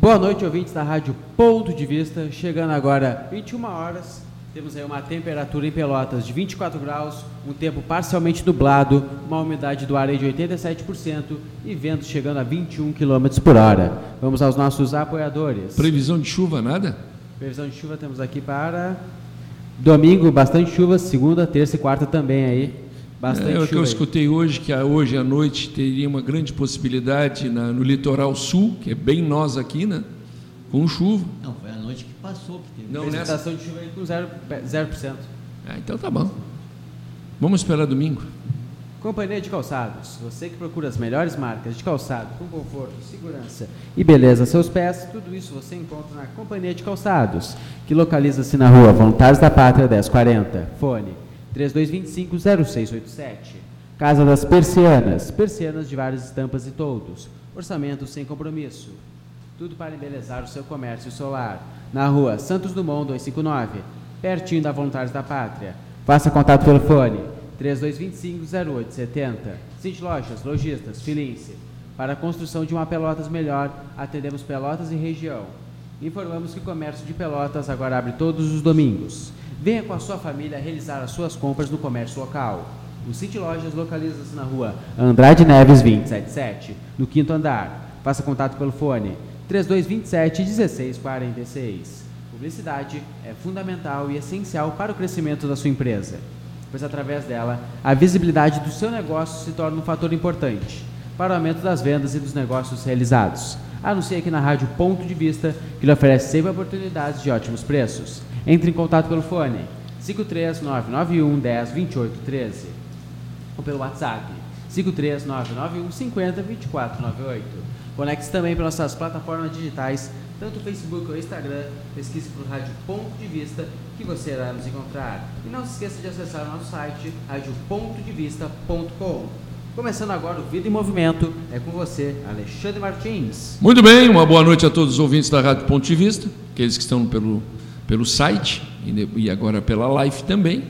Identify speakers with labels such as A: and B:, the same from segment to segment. A: Boa noite, ouvintes da Rádio Ponto de Vista. Chegando agora 21 horas, temos aí uma temperatura em Pelotas de 24 graus, um tempo parcialmente nublado, uma umidade do ar aí de 87% e ventos chegando a 21 km por hora. Vamos aos nossos apoiadores.
B: Previsão de chuva, nada?
A: Previsão de chuva temos aqui para domingo, bastante chuva, segunda, terça e quarta também aí. Bastante
B: é, o que eu
A: chuva. aí.
B: escutei hoje, que a- hoje à noite teria uma grande possibilidade na- no litoral sul, que é bem nós aqui, né? Com chuva.
C: Não, foi a noite que passou que teve.
B: Não, Então, nessa.
A: Precipitação de chuva aí com zero- pe- 0%.
B: Ah, então tá bom. Vamos esperar domingo.
A: Companhia de Calçados, você que procura as melhores marcas de calçado com conforto, segurança e beleza a seus pés, tudo isso você encontra na Companhia de Calçados, que localiza-se na rua Voluntários da Pátria 1040, fone 3225-0687. Casa das Persianas, persianas de várias estampas e todos, orçamento sem compromisso. Tudo para embelezar o seu comércio solar. Na rua Santos Dumont 259, pertinho da Voluntários da Pátria. Faça contato pelo fone 3225-0870. Cid Lojas, Lojistas, Filince. Para a construção de uma Pelotas melhor, atendemos Pelotas e região. Informamos que o comércio de Pelotas agora abre todos os domingos. Venha com a sua família realizar as suas compras no comércio local. O City Lojas localiza-se na rua Andrade Neves 277, no quinto andar. Faça contato pelo fone 3227-1646. Publicidade é fundamental e essencial para o crescimento da sua empresa pois através dela a visibilidade do seu negócio se torna um fator importante para o aumento das vendas e dos negócios realizados. Anuncie aqui na Rádio Ponto de Vista, que lhe oferece sempre oportunidades de ótimos preços. Entre em contato pelo fone 53991 10 28 13 ou pelo WhatsApp 53991 50 2498. Conecte-se também pelas nossas plataformas digitais, tanto o Facebook ou o Instagram, pesquise por Rádio Ponto de Vista que você irá nos encontrar. E não se esqueça de acessar o nosso site radiopontodevista.com. Começando agora o Vida em Movimento, é com você, Alexandre Martins.
B: Muito bem, uma boa noite a todos os ouvintes da Rádio Ponto de Vista, aqueles que estão pelo, pelo site e, de- e agora pela live também.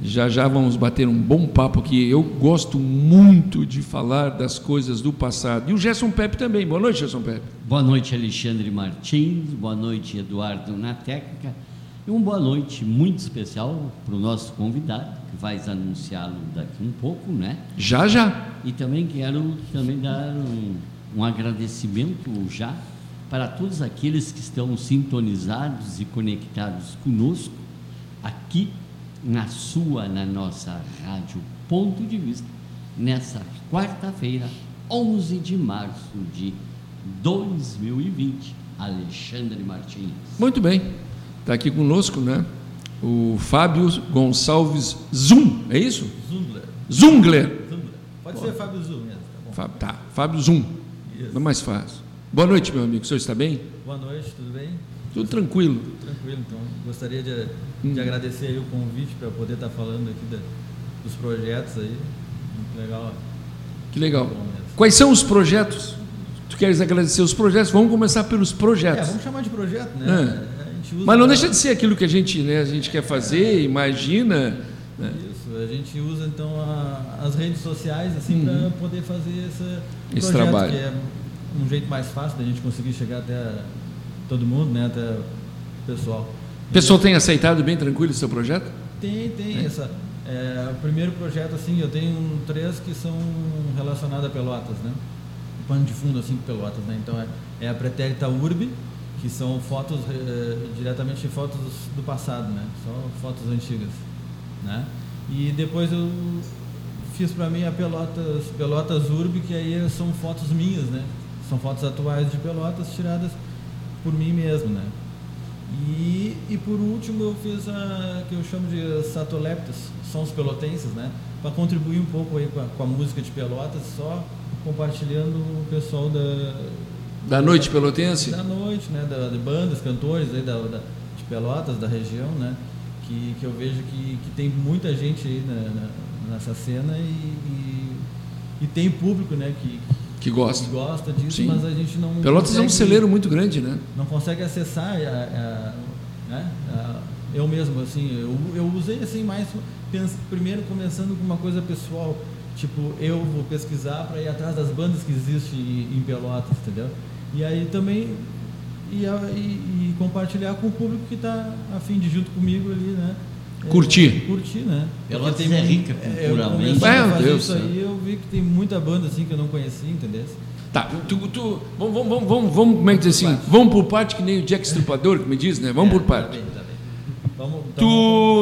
B: Já já vamos bater um bom papo aqui. Eu gosto muito de falar das coisas do passado. E o Gerson Pepe também. Boa noite, Gerson Pepe.
C: Boa noite, Alexandre Martins. Boa noite, Eduardo na técnica. E uma boa noite muito especial para o nosso convidado, que vai anunciá-lo daqui um pouco, né?
B: Já já.
C: E também quero também dar um, um agradecimento já para todos aqueles que estão sintonizados e conectados conosco aqui na sua, na nossa rádio Ponto de Vista, nessa quarta-feira, 11 de março de 2020. Alexandre Martins.
B: Muito bem. Está aqui conosco, né? O Fábio Gonçalves Zum, é isso?
D: Zundler.
B: Zungler.
D: Zundler. Pode ser Fábio Zul mesmo, tá bom?
B: Fábio, tá. Fábio Zum.
D: Isso.
B: É mais fácil. Boa noite, meu amigo. O senhor está bem?
D: Boa noite, tudo bem?
B: Tudo tranquilo.
D: Tudo tranquilo, então. Gostaria de,
B: Hum.
D: de agradecer aí o convite para poder estar falando aqui da- dos projetos aí. Muito legal.
B: Que legal.
D: Bom mesmo.
B: Quais são os projetos? Tu queres agradecer os projetos? Vamos começar pelos
D: É,
B: projetos.
D: vamos chamar de projeto, né?
B: É.
D: A gente usa
B: Mas não deixa de ser aquilo que a gente, né, a gente quer fazer, imagina. né?
D: Isso, a gente usa então a- as redes sociais assim para poder fazer essa,
B: Uhum. Esse
D: projeto,
B: trabalho.
D: que é um jeito mais fácil da gente conseguir chegar até todo mundo, né? Até o pessoal.
B: O pessoal tem aceitado bem tranquilo o seu projeto?
D: Tem, tem. Essa, é, o primeiro projeto, assim, eu tenho três que são relacionados a Pelotas, né? O pano de fundo, assim, com Pelotas, né? Então, é, é a Pretérita Urbe, que são fotos, eh, diretamente fotos do passado, né? Só fotos antigas, né? E depois eu fiz para mim a Pelotas, Pelotas Urbe, que aí são fotos minhas, né? São fotos atuais de Pelotas tiradas por mim mesmo, né? E, e por último eu fiz a que eu chamo de satoleptos, sons pelotenses, né? Para contribuir um pouco aí com a, com a música de Pelotas, só compartilhando o pessoal da
B: Da noite pelotense?
D: da noite, né? Da, de bandas, cantores aí da, da- de Pelotas, da região, né? Que, que eu vejo que, que tem muita gente aí na- na- nessa cena e, e, e tem público, né? Que,
B: Que
D: que
B: gosta.
D: gosta disso,
B: Sim.
D: mas a gente não.
B: Pelotas é um
D: consegue-
B: celeiro muito grande, né?
D: não consegue acessar a- a- né? A- eu mesmo assim eu, eu usei assim mais pens- primeiro começando com uma coisa pessoal tipo eu vou pesquisar para ir atrás das bandas que existem em em Pelotas entendeu e aí também e, a- e- e compartilhar com o público que está afim de junto comigo ali, né? É,
B: Curtir.
D: curtir, né?
C: Pelotas
D: Porque tem
C: é
D: mu-
C: rica
D: é, Eu
C: culturalmente. né?
D: comecei a
B: Meu
D: fazer
B: Deus
D: isso
B: do céu.
D: aí, eu vi que tem muita banda assim que eu não conhecia, entendeu?
B: Tá, tu, tu, vamos, vamos, vamos, vamos, vamos, como é que diz assim? Vamos por parte que nem o Jack Estripador que me diz, né? Vamos por
D: Tá
B: parte.
D: bem, tá bem. Vamos, então,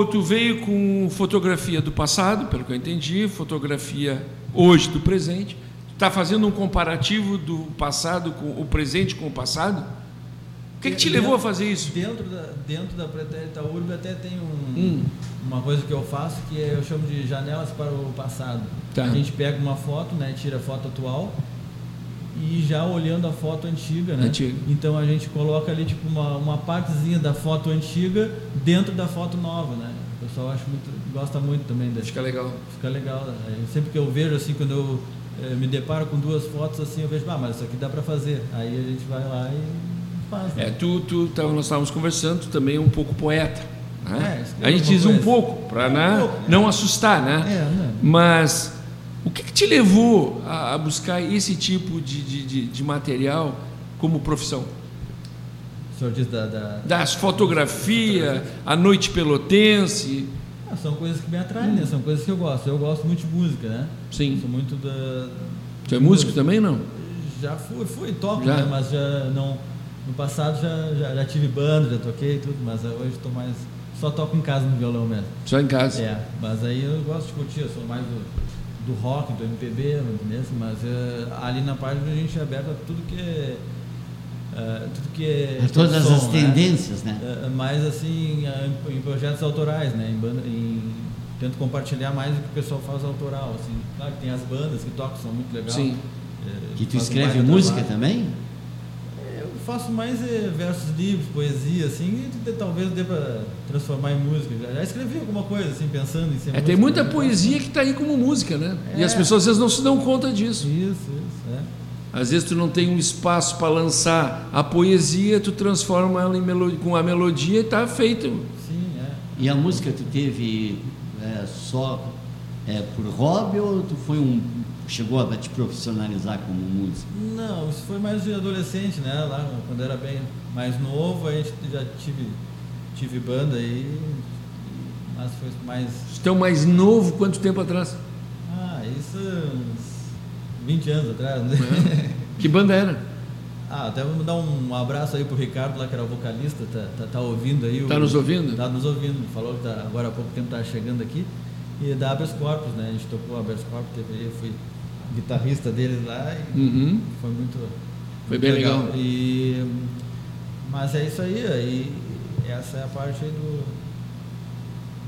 B: Tu, tu veio com fotografia do passado, pelo que eu entendi, fotografia hoje do presente. Tu tá fazendo um comparativo do passado com o presente com o passado? O que, que
D: É,
B: te levou a fazer isso?
D: Dentro da, dentro da Pretérita Urbe até tem um-
B: Hum.
D: uma coisa que eu faço que é- eu chamo de janelas para o passado.
B: Tá.
D: A gente pega uma foto, né, tira a foto atual e já olhando a foto antiga, né?
B: Antiga.
D: Então a gente coloca ali tipo uma, uma partezinha da foto antiga dentro da foto nova, né? O pessoal acho muito, gosta muito também desse.
B: Acho que é legal.
D: Fica legal. né? Eu- Sempre que eu vejo, assim, quando eu eh, me deparo com duas fotos, assim, eu vejo, ah, mas isso aqui dá para fazer. Aí a gente vai lá e faz. né?
B: É, tu, tu, tava- nós estávamos conversando, tu também é um pouco poeta.
D: É,
B: Né?
D: escreva
B: a gente
D: alguma
B: diz um
D: coisa.
B: pouco, para não assustar, né?
D: É, né?
B: Mas o que, que te levou a, a buscar esse tipo de, de, de- de material como profissão?
D: O senhor diz da. da-
B: Das fotografia, a noite pelotense.
D: Ah, são coisas que me atraem, né? São coisas que eu gosto. Eu gosto muito de música, né?
B: Sim.
D: Sou muito da.
B: Tu é músico também, não?
D: Já fui, fui toco,
B: Já?
D: né? Mas já não. No passado já, já, já tive banda, já toquei e tudo, mas eh, hoje estou mais. Só toco em casa no violão mesmo.
B: Só em casa.
D: É, mas aí eu gosto de curtir, eu sou mais do, do rock, do MPB, é mesmo, mas eh, ali na página a gente é aberto a tudo que é. eh, tudo que é.
C: A todas
D: som,
C: as
D: né?
C: tendências, né?
D: Eh, mas assim, eh, em, em projetos autorais, né? Em banda, em- tento compartilhar mais o que o pessoal faz autoral, assim. Claro que tem as bandas que tocam, são muito legais.
B: Sim.
D: eh,
C: Que tu
D: fazem
C: escreve
D: baita
C: música
D: trabalho.
C: também?
D: Eu faço mais eh, versos livres, poesia, assim, e t- talvez dê pra transformar em música. Já, já escrevi alguma coisa, assim, pensando em ser
B: É, tem
D: músico,
B: muita
D: né?
B: poesia que está aí como música, né? E
D: É.
B: as pessoas às vezes não se dão conta disso.
D: Isso, isso, é.
B: Às vezes tu não tem um espaço para lançar a poesia, tu transforma ela em melo- com a melodia e está feito.
D: Sim, é.
C: E a música tu teve é, só é, por hobby ou tu foi um chegou a te profissionalizar como músico?
D: Não, isso foi mais de adolescente, né? Lá quando eu era bem mais novo, aí já tive, tive banda aí, mas foi mais.
B: Então, mais novo, quanto tempo atrás?
D: Ah, isso uns 20 anos atrás, né?
B: Que banda era?
D: Ah, até vou mandar um abraço aí pro Ricardo lá, que era o vocalista, tá, tá, tá ouvindo aí. o-
B: Tá nos ouvindo?
D: Tá nos ouvindo, falou que tá, agora há pouco tempo tá chegando aqui. E da Habeas Corpus, né? A gente tocou Habeas Corpus, teve, eu fui guitarrista deles lá e
B: Uhum.
D: foi muito...
B: Foi
D: muito
B: bem legal.
D: E, mas é isso aí, aí essa é a parte aí do...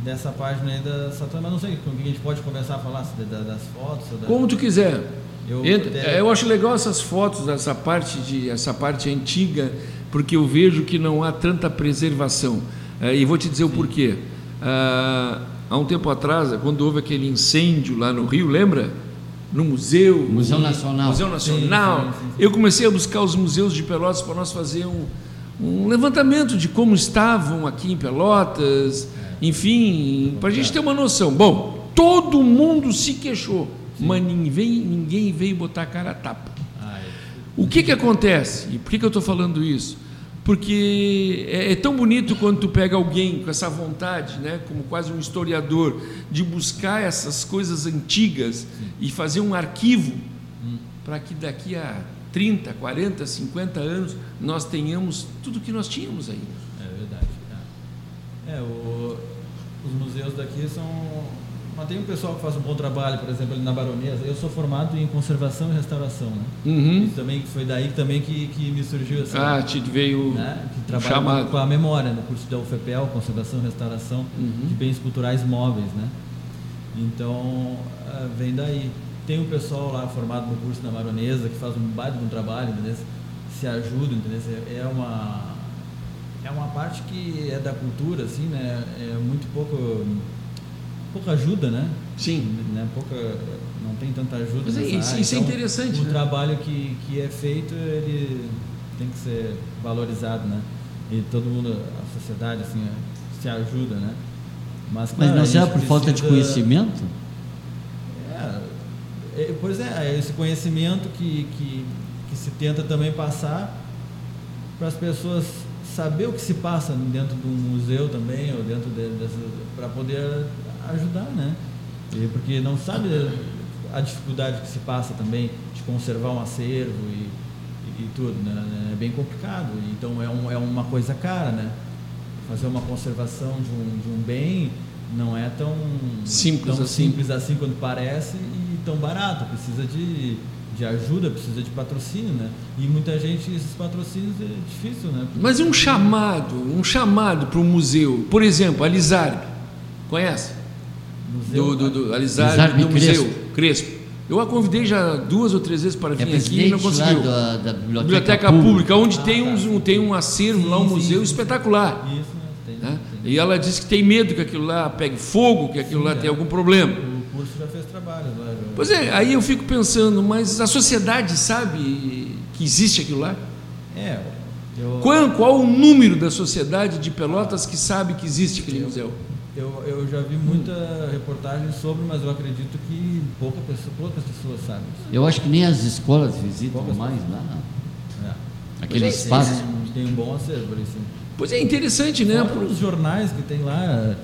D: Dessa página aí da Satã, mas não sei com o que a gente pode começar a falar, se da- das fotos... ou da-
B: Como tu quiser.
D: Eu-
B: Entra-
D: deve-
B: é, eu acho legal essas fotos, essa parte de essa parte antiga, porque eu vejo que não há tanta preservação. É, e vou te dizer o porquê. Ah, há um tempo atrás, quando houve aquele incêndio lá no Rio, lembra? No museu,
C: Museu Nacional.
B: Museu Nacional.
D: Sim, sim, sim, sim.
B: Eu comecei a buscar os museus de Pelotas para nós fazer um, um levantamento de como estavam aqui em Pelotas,
C: É.
B: enfim, para a gente ter uma noção. Bom, todo mundo se queixou, mas ninguém, ninguém veio botar a cara a tapa.
D: Ah, é.
B: O que, que acontece? E por que, que eu estou falando isso? Porque é, é tão bonito quando tu pega alguém com essa vontade, né, como quase um historiador, de buscar essas coisas antigas e fazer um arquivo para que daqui a 30, 40, 50 anos nós tenhamos tudo que nós tínhamos aí.
D: É verdade. É, É, o- os museus daqui são. Mas tem um pessoal que faz um bom trabalho, por exemplo, ali na Baronesa. Eu sou formado em conservação e restauração, né? Isso também que foi daí também que, que me surgiu essa.
B: Hum? Ah, te veio
D: né? Que
B: o
D: trabalha
B: chamado.
D: com a memória, no curso da UFPEL, conservação e restauração de bens culturais móveis, né? Então, ah, vem daí. Tem um pessoal lá formado no curso da Maronesa que faz um baita de um trabalho, entendeu? Se ajuda, entendeu? É uma é uma parte que é da cultura, assim, né? É muito pouco pouca ajuda, né?
B: Sim.
D: Né? Pouca não tem tanta ajuda.
B: Mas é
D: nessa
B: isso-
D: área. Então,
B: isso é interessante,
D: O
B: né?
D: trabalho que, que é feito, ele tem que ser valorizado, né? E todo mundo, a sociedade, assim, é, se ajuda, né?
C: Mas
D: claro, a
C: não será
D: gente
C: por falta de
D: precisa-
C: conhecimento?
D: é, é, pois é, é esse conhecimento que, que, que se tenta também passar para as pessoas saber o que se passa dentro do museu também ou dentro de, para poder ajudar, né? E porque não sabe a dificuldade que se passa também de conservar um acervo e, e, e tudo, né? É bem complicado. Então é, um, é uma coisa cara, né? Fazer uma conservação de um, de um bem não é tão
B: Simples
D: tão
B: assim.
D: simples assim quanto parece e tão barato. Precisa de, de ajuda, precisa de patrocínio, né? E muita gente, esses patrocínios é difícil, né? Porque-
B: Mas um chamado, um chamado para o museu, por exemplo, Alizarbe, conhece?
D: Museu,
B: Do, do, do Alizarbe,
C: Alizarbe
B: do museu
C: Crespo.
B: Crespo. Eu a convidei já duas ou três vezes para
C: É
B: vir aqui e
C: presidente
B: não
C: lá
B: conseguiu.
C: da, da Biblioteca,
B: Biblioteca
C: Pública.
B: Pública, onde
D: Ah,
B: tem,
D: tá.
B: um, um- tem um acervo lá, um
D: Sim, sim,
B: museu
D: sim.
B: espetacular.
D: Isso, né? Tem,
B: né?
D: tem.
B: E ela disse que tem medo que aquilo lá pegue fogo, que aquilo lá
D: Sim,
B: tenha
D: é.
B: algum problema.
D: O curso já fez trabalho né? lá. já-
B: Pois é, aí eu fico pensando, mas a sociedade sabe que existe aquilo lá?
D: É, eu,
B: Qual, qual o número da sociedade de Pelotas que sabe que existe aquele museu?
D: eu, eu já vi muita reportagem sobre, mas eu acredito que pouca pessoa, poucas pessoas sabem.
C: Eu acho que nem as escolas visitam
D: Poucas
C: mais lá.
D: É.
C: assim? Aquele
D: Mas tem-
C: espaço.
D: Tem um bom acervo ali, sim.
B: Pois é interessante, né?
D: Fora os jornais que tem lá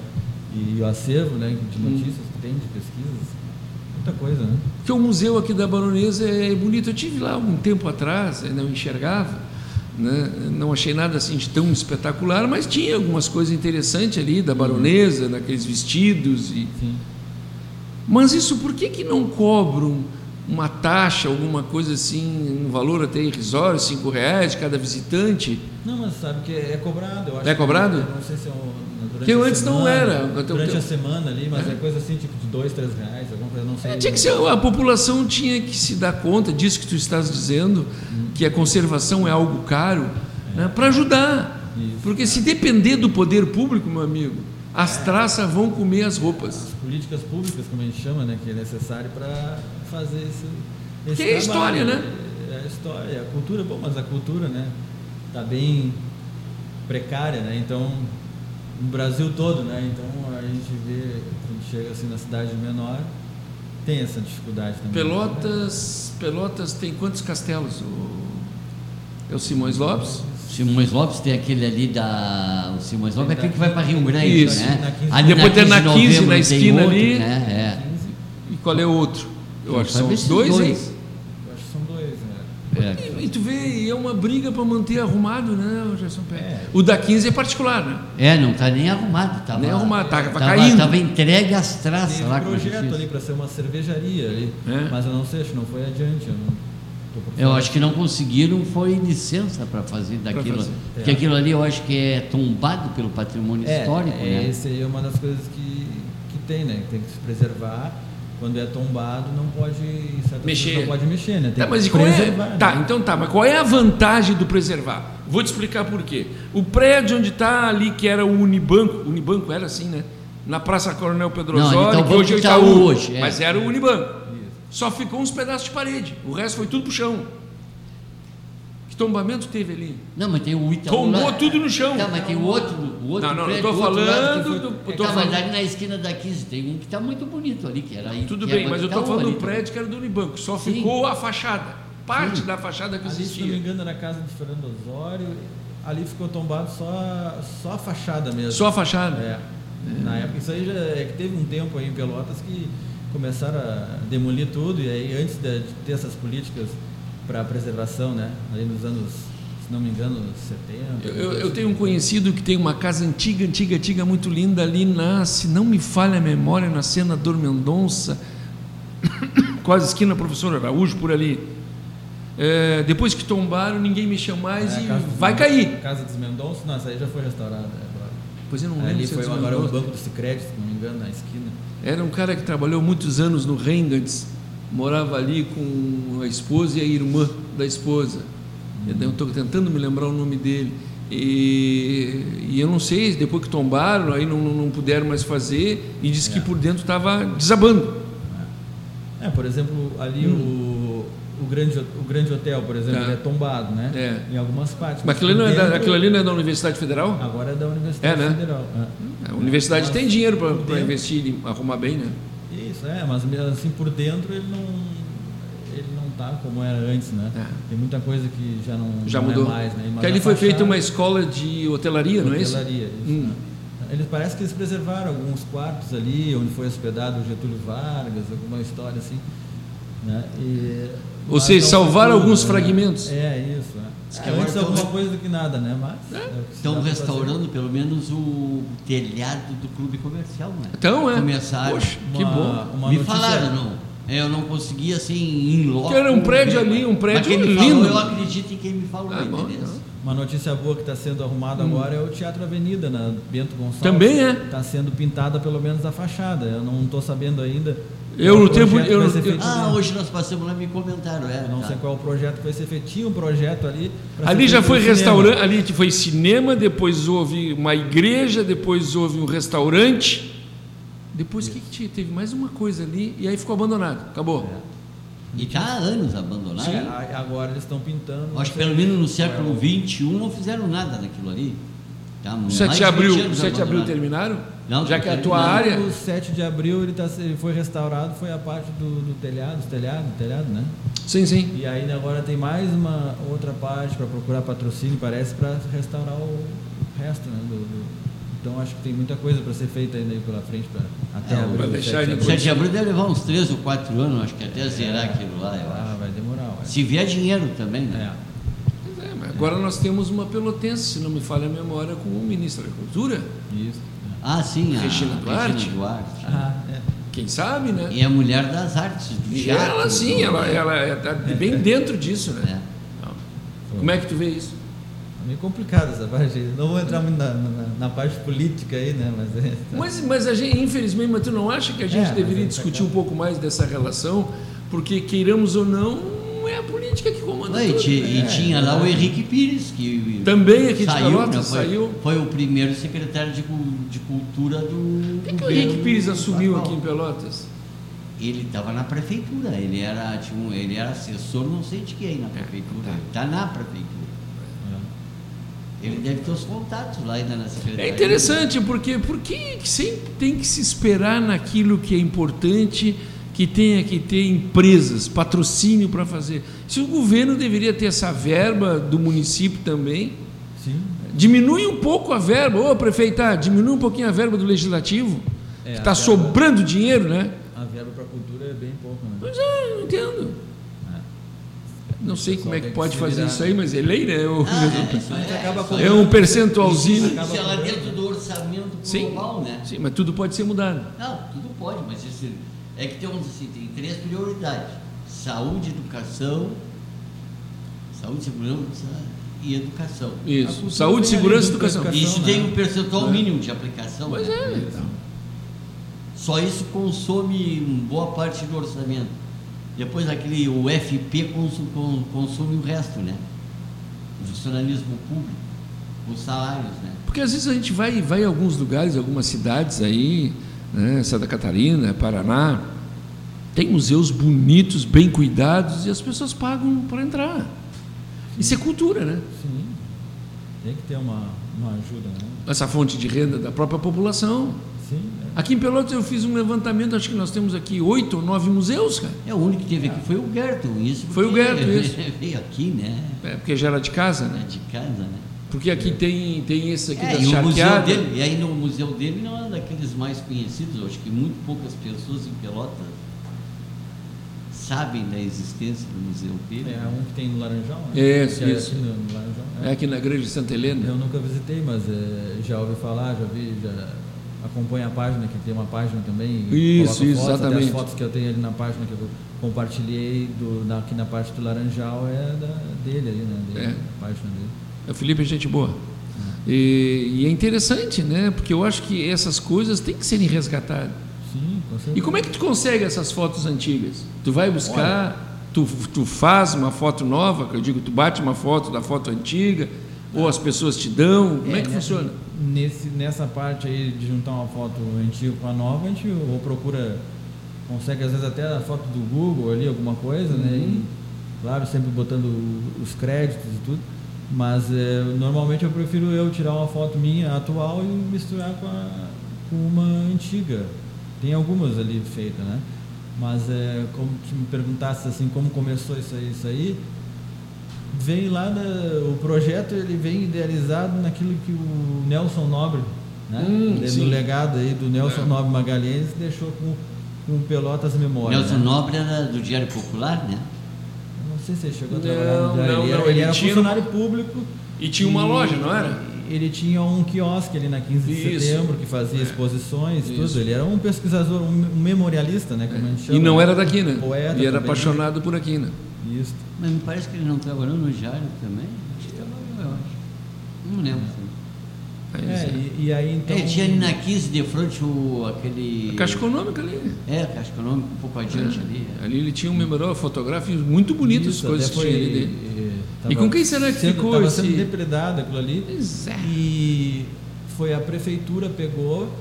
D: e o acervo né, de
B: Hum.
D: notícias que tem, de pesquisas, muita coisa, né?
B: Porque o museu aqui da Baronesa é bonito. Eu tive lá um tempo atrás, eh, não enxergava, né? não achei nada assim de tão espetacular, mas tinha algumas coisas interessantes ali da Baronesa, naqueles vestidos e
D: Sim.
B: Mas isso por que, que não cobram uma taxa, alguma coisa assim, um valor até irrisório, cinco reais de cada visitante?
D: Não, mas sabe que é cobrado, eu acho.
B: É
D: que-
B: cobrado?
D: eu não sei se é um, durante
B: Que
D: a
B: antes não
D: semana,
B: era.
D: Durante a semana ali, mas é. coisa assim, tipo de dois, três reais, alguma coisa, não sei.
B: É, tinha que ser, a população tinha que se dar conta disso que tu estás dizendo, que a conservação é algo caro, né, para ajudar.
D: Isso.
B: Porque se depender do poder público, meu amigo, as traças vão comer as roupas.
D: As políticas públicas, como a gente chama, né, que é necessário para fazer esse, esse
B: Que é a
D: trabalho.
B: história, né?
D: É a história, a cultura, bom, mas a cultura, né, tá bem precária, né? Então, no Brasil todo, né? Então, a gente vê quando chega assim na cidade menor, tem essa dificuldade também.
B: Pelotas, Pelotas tem quantos castelos? O- É o Simões Lopes?
C: Simões Lopes tem aquele ali da. O Simões Lopes é aquele
D: Tem da-
C: que vai para Rio Grande,
B: Isso.
D: Na
C: né?
D: 15
C: Ali
B: Depois tem na
C: de
B: 15
C: novembro
B: na
C: tem
B: esquina
C: outro,
B: ali.
C: Né? É.
D: 15,
B: E qual é o outro? Eu
C: Então,
B: acho que são
C: sabe
B: os
C: esses
B: dois, hein?
C: dois.
D: eu acho que são dois, né?
C: É.
B: E, e tu vê, e é uma briga para manter arrumado, né, Gerson Pérez?
D: É.
B: O da 15 é particular, né?
C: É, não está nem arrumado. Tava,
B: Nem arrumado, tá- tá
C: tava,
B: caindo.
C: Tava entregue as traças
D: Teve
C: lá
D: um
C: com a
D: projeto
C: justiça.
D: ali para ser uma cervejaria ali,
B: É.
D: mas eu não sei, acho que não foi adiante, eu não tô por
C: Eu
D: fora.
C: acho que não conseguiram, foi licença para fazer daquilo.
B: fazer.
C: Porque
D: É.
C: aquilo ali eu acho que é tombado pelo patrimônio histórico,
D: é,
C: né?
D: Essa aí é uma das coisas que, que tem, né? Que tem que se preservar. Quando é tombado, não pode. certas
B: Mexer.
D: coisas Não pode mexer, né? Tem
B: Tá, mas
D: que
B: e qual é?
D: preservar.
B: Tá,
D: né?
B: então tá, mas qual é a vantagem do preservar? Vou te explicar por quê. O prédio onde está ali, que era o Unibanco, Unibanco era assim, né? Na Praça Coronel Pedro
C: Não, ali tá
B: Osório,
C: o
B: que hoje é o
C: Banco Itaú
B: Itaú,
C: hoje, é.
B: mas era o Unibanco. Só ficou uns pedaços de parede, o resto foi tudo pro chão. Que tombamento teve ali?
C: Então, Não, mas tem o Itaú.
B: Tombou
C: lá.
B: tudo no chão.
C: Tá, mas tem o outro. O outro
B: Não, não, eu
C: prédio,
B: tô
C: o outro lado que
B: falando
C: foi-
B: do- eu
C: É,
B: tô
C: tá, mas
B: falando-
C: ali na esquina da 15 tem um que está muito bonito ali, que era aí.
B: Tudo
C: que
B: bem,
C: era
B: mas eu estou
C: é Itaú
B: falando
C: ali
B: do prédio que era do Unibanco, só
C: Sim.
B: ficou a fachada, parte da fachada que
D: Ali, se não me
B: existia.
D: engano, era a casa de Fernando Osório. Ali ficou tombado só, só a fachada mesmo.
B: Só a fachada.
D: É. Na época, isso aí já é que teve um tempo aí em Pelotas que começaram a demolir tudo e aí antes de, de ter essas políticas para preservação, né? Ali nos anos, se não me engano, assim. 70.
B: Eu, eu- eu tenho um conhecido que tem uma casa antiga, antiga, antiga, muito linda ali na, se não me falha a memória, na Senador Mendonça, quase esquina Professor Araújo, por ali. É, depois que tombaram, ninguém mexeu mais
D: É, a
B: e
D: casa dos
B: vai
D: Mendonça-
B: cair.
D: Casa dos Mendonça, não, essa aí já foi restaurada agora.
B: Pois eu não
D: ali
B: lembro se é
D: foi
B: dos
D: agora o
B: Mendonça.
D: banco do Sicredi, se não me engano, na esquina.
B: Era um cara que trabalhou muitos anos no Rengantes, morava ali com a esposa e a irmã da esposa. Eu estou tentando me lembrar o nome dele. E, e eu não sei, depois que tombaram, aí não, não puderam mais fazer, e disse que por dentro estava desabando.
D: É, por exemplo, ali o, o, grande, o grande hotel, por exemplo,
B: Hum. Tá.
D: ele é tombado, né?
B: É.
D: Em algumas partes.
B: Mas aquilo ali não é da,
D: Dentro-
B: aquilo ali não é da Universidade Federal?
D: Agora é da Universidade
B: É, né?
D: Federal. é.
B: A universidade tem dinheiro
D: por
B: para
D: dentro-
B: investir e arrumar bem, né?
D: Isso, é, mas mesmo assim por dentro ele não ele não tá como era antes, né?
B: É.
D: Tem muita coisa que já não,
B: Já
D: não
B: mudou.
D: é mais, né? E
B: Que ali foi
D: Maracajá-
B: feita uma escola de hotelaria, não é isso?
D: Hotelaria, isso,
B: Hum.
D: né? Eles parece que eles preservaram alguns quartos ali, onde foi hospedado o Getúlio Vargas, alguma história assim. Né? E,
B: Ou
D: mas
B: seja,
D: não
B: salvaram
D: foi tudo,
B: alguns
D: né?
B: fragmentos.
D: É, isso. né?
C: Diz que agora
D: Antes
C: tão-
D: alguma coisa do que nada, né? Mas. é o que se dá
C: Estão
D: pra
C: restaurando pelo menos o telhado do clube comercial, né?
B: Então é.
C: Começaram.
B: Poxa,
D: fazer.
B: que
D: Uma-
B: bom.
D: uma
C: Me
D: notícia-
C: falaram, não. É, Eu não consegui assim em loco.
B: Que era um prédio ali, um prédio
C: Mas quem me
B: lindo.
C: Falou, eu acredito em quem me falou,
B: Ah, bom,
C: entendeu?
B: então.
D: Uma notícia boa que está sendo arrumada agora é o Teatro Avenida, na Bento Gonçalves.
B: Hum. Também é.
D: Está sendo pintada pelo menos a fachada. Eu não estou sabendo ainda.
B: Eu,
D: qual
B: no tempo-
D: projeto
B: eu-
D: vai ser
B: eu-
D: feito
C: Ah,
D: dentro.
C: hoje nós passamos lá e me comentaram. É,
D: Eu não
C: tá.
D: sei qual o projeto que vai ser feito. Tinha um projeto ali. pra ser
B: Ali já
D: feito
B: foi
D: no cinema.
B: restaurante, ali foi cinema, depois houve uma igreja, depois houve um restaurante. Depois o que, que tinha? teve mais uma coisa ali e aí ficou abandonado. Acabou.
C: É. E está há anos abandonado.
D: É, a- agora eles estão pintando.
C: Acho que pelo menos no século XXI não fizeram nada daquilo ali. Tá,
B: O
C: mais
B: 7
C: de
B: de abril,
C: 20 anos
B: 7 de abril
C: abandonado.
B: terminaram?
C: Não,
B: Já
C: não
B: que é a tua
C: terminaram.
B: área.
D: O 7 de abril ele, tá, se- ele foi restaurado, foi a parte do, do telhado, do telhado, do telhado, né?
B: Sim, sim.
D: E ainda agora tem mais uma outra parte para procurar patrocínio, parece, para restaurar o resto, né? do- do- Então acho que tem muita coisa para ser feita ainda aí pela frente pra, até
C: É,
D: abril.
B: vai
D: sete
B: deixar
D: de
B: ele-
D: abril.
C: 7 de abril deve levar uns 3 ou 4 anos, acho que até zerar aquilo lá, eu acho.
D: Ah, vai demorar, eu acho.
C: Se vier dinheiro também, né?
D: É.
B: Pois é, mas agora nós temos uma pelotense, se não me falha a memória, com o ministro da Cultura.
D: Isso. né.
C: Ah, sim, a
B: Regina Duarte.
C: Regina Duarte.
D: Ah, é.
B: Quem sabe, né?
C: E a mulher das artes, do
B: E
C: teatro.
B: ela sim,
C: do- né?
B: ela, ela está bem dentro disso, né?
C: É.
B: Como é que tu vê isso?
D: É meio complicado essa parte. aí. Não vou entrar muito na, na, na parte política aí, né? Mas é.
B: Mas, mas a gente, infelizmente, mas tu não acha que a gente
D: É, mas
B: deveria
D: é
B: discutir um pouco mais dessa relação? Porque, queiramos ou não, é a política que comanda
C: E,
B: tudo.
C: ti-
B: né?
C: e tinha lá o Henrique Pires, que
B: Também aqui de
C: saiu,
B: Pelotas,
C: né? foi,
B: saiu.
C: foi o primeiro secretário de, cu- de cultura do.
B: Por que, que o
C: governo
B: Henrique Pires assumiu
C: atual?
B: aqui em Pelotas?
C: Ele estava na prefeitura, ele era, tinha um- ele era assessor não sei de quem na prefeitura. Ele está na prefeitura. Ele deve ter os contatos lá ainda na secretaria. Ah,
B: É interessante, porque por que que sempre tem que se esperar naquilo que é importante, que tenha que ter empresas, patrocínio para fazer? Se o governo deveria ter essa verba do município também,
D: Sim.
B: diminui um pouco a verba, ô prefeita, diminui um pouquinho a verba do legislativo,
D: É,
B: que
D: a
B: está
D: verba-
B: sobrando dinheiro, né?
D: A verba para cultura é bem pouco, né?
B: Pois é, eu não entendo. Não sei como é que
D: tem que
B: pode
D: se
B: fazer
D: virar,
B: isso
D: né?
B: aí, mas é lei, né? Eu-
C: Ah, é, isso é,
D: acaba
C: isso
D: com-
B: é um
C: Isso,
B: percentualzinho.
D: Acaba né.
C: isso é lá
D: com-
C: dentro do orçamento
B: Sim.
C: global, né?
B: Sim, mas tudo pode ser mudado.
C: Não, tudo pode, mas isso é que temos assim, tem três prioridades. Saúde, educação, saúde, segurança e educação.
D: A
B: Isso.
D: cultura
B: Saúde,
D: vem ali
B: segurança e
D: junto com a
B: educação.
D: educação.
C: Isso
D: né?
C: tem um percentual
B: É.
C: mínimo de aplicação.
B: Pois
C: né?
B: é. então.
C: Só isso consome boa parte do orçamento. Depois aquele o FP consu- con- consome o resto, né? O funcionalismo público, os salários, né?
B: Porque às vezes a gente vai, vai em alguns lugares, algumas cidades aí, né, Santa Catarina, Paraná, tem museus bonitos, bem cuidados, e as pessoas pagam para entrar. Isso é cultura, né?
D: Sim. Tem que ter uma, uma ajuda, né?
B: Essa fonte de renda da própria população.
D: Sim. é.
B: Aqui em Pelotas eu fiz um levantamento, acho que nós temos aqui oito ou nove museus, cara.
C: É o único que teve aqui foi o Gerton, isso.
B: Foi o
C: porque
B: Gerton, isso.
C: Veio aqui, né?
B: É, porque já era de casa, né?
C: De casa, né?
B: Porque aqui tem, tem esse aqui da
C: É, e, o museu
B: charqueada.
C: dele, e aí no museu dele não é daqueles mais conhecidos, eu acho que muito poucas pessoas em Pelotas sabem da existência do museu dele.
D: É um que tem no Laranjal, né?
B: É, isso,
D: Que é
B: isso.
D: aqui no- no Laranjal, é.
B: É aqui né? na igreja de Santa Helena.
D: Eu nunca visitei, mas eh, já ouvi falar, já vi, já acompanho a página, que tem uma página também. e
B: Isso,
D: coloco
B: isso,
D: fotos, até
B: exatamente.
D: As fotos que eu tenho ali na página que eu compartilhei do, na, aqui na parte do Laranjal é da, dele ali, né? Dele,
B: É.
D: A página dele.
B: O Felipe é gente boa. E, e é interessante, né? Porque eu acho que essas coisas têm que serem resgatadas.
D: Sim, com certeza.
B: E como é que tu consegue essas fotos antigas? Tu vai buscar, tu, tu faz uma foto nova, que eu digo, tu bate uma foto da foto antiga, ou as pessoas te dão, como é, que
D: né,
B: funciona?
D: Nesse, nessa parte aí de juntar uma foto antiga com a nova, a gente ou procura, consegue às vezes até a foto do Google ali, alguma coisa, né?
B: Uhum.
D: E, claro, sempre botando o- os créditos e tudo. Mas eh, normalmente eu prefiro eu tirar uma foto minha atual e misturar com, a- com uma antiga. Tem algumas ali feitas, né? Mas é, como que me perguntasse assim, como começou isso aí, isso aí, vem lá da, o projeto ele vem idealizado naquilo que o Nelson Nobre, né?
B: Hum,
D: Ele-
B: sim.
D: no legado aí do Nelson
B: É.
D: Nobre Magalhães deixou com, com Pelotas Memória.
C: Nelson
D: né?
C: Nobre era do Diário Popular, né?
D: Não sei se ele chegou
B: Não,
D: a trabalhar no Diário.
B: não,
D: ele era,
B: não, ele
D: ele era
B: tinha
D: funcionário público.
B: E tinha uma
D: e-
B: loja, não era?
D: Ele tinha um quiosque ali na 15 de
B: Isso. É.
D: setembro que fazia exposições, e
B: Isso. É.
D: tudo. Ele era um pesquisador, um me- um memorialista, né, como a gente chama.
B: E não era daqui, né?
D: Poeta
B: e era
D: também.
B: apaixonado por aqui, né?
D: Isso.
C: Mas me parece que ele não trabalhou no Diário também. Acho que trabalhou, eu acho. Não lembro.
B: Aí,
D: É,
B: é.
D: e, e aí então.
C: É, tinha ali na 15 de frente o, aquele.
B: A Caixa Econômica ali.
C: É, Caixa Econômica, um pouco adiante ali. é.
B: Ali ele tinha um memorial fotográfico muito bonito, as
D: Isso,
B: coisas que
D: até
B: tinha
D: foi-
B: ali dele.
D: eh,
B: E
D: tava
B: com quem será que
D: sendo-
B: ficou
D: tava
B: esse-
D: sendo depredado aquilo ali.
B: Pois é.
D: E foi a prefeitura pegou,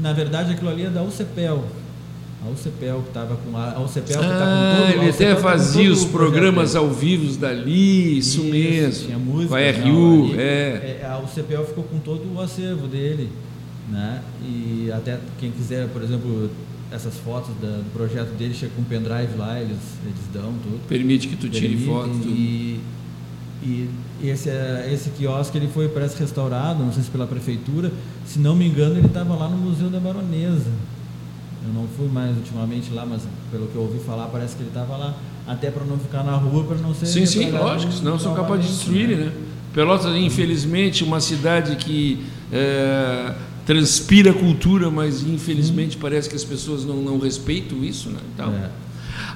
D: na verdade aquilo ali é da UCPEL. A UCPEL que estava com a, a UCPEL que tá com
B: Ah,
D: todo a
B: ele
D: UCPEL
B: até
D: tá com
B: fazia
D: todo
B: os
D: o projeto
B: programas
D: dele.
B: ao vivo dali, isso, mesmo.
D: Tinha música.
B: Com a
D: tal,
B: RU,
D: ali.
B: é.
D: A UCPEL ficou com todo o acervo dele, né? E até quem quiser, por exemplo, essas fotos da- do projeto dele, chega com um pendrive lá, eles, eles dão tudo.
B: Permite que tu tire
D: Permite,
B: foto. tudo.
D: E, e esse, eh, esse quiosque ele foi, parece, restaurado, não sei se pela prefeitura. Se não me engano, ele estava lá no Museu da Baronesa. Eu não fui mais ultimamente lá, mas pelo que eu ouvi falar, parece que ele estava lá. Até para não ficar na rua, para não ser.
B: Sim, sim,
D: represado
B: lógico, senão são capazes de
D: novamente,
B: destruir, né? Pelotas, infelizmente, uma cidade que é, transpira cultura, mas infelizmente parece que as pessoas não, não respeitam isso, né? Então,
D: Uhum. É.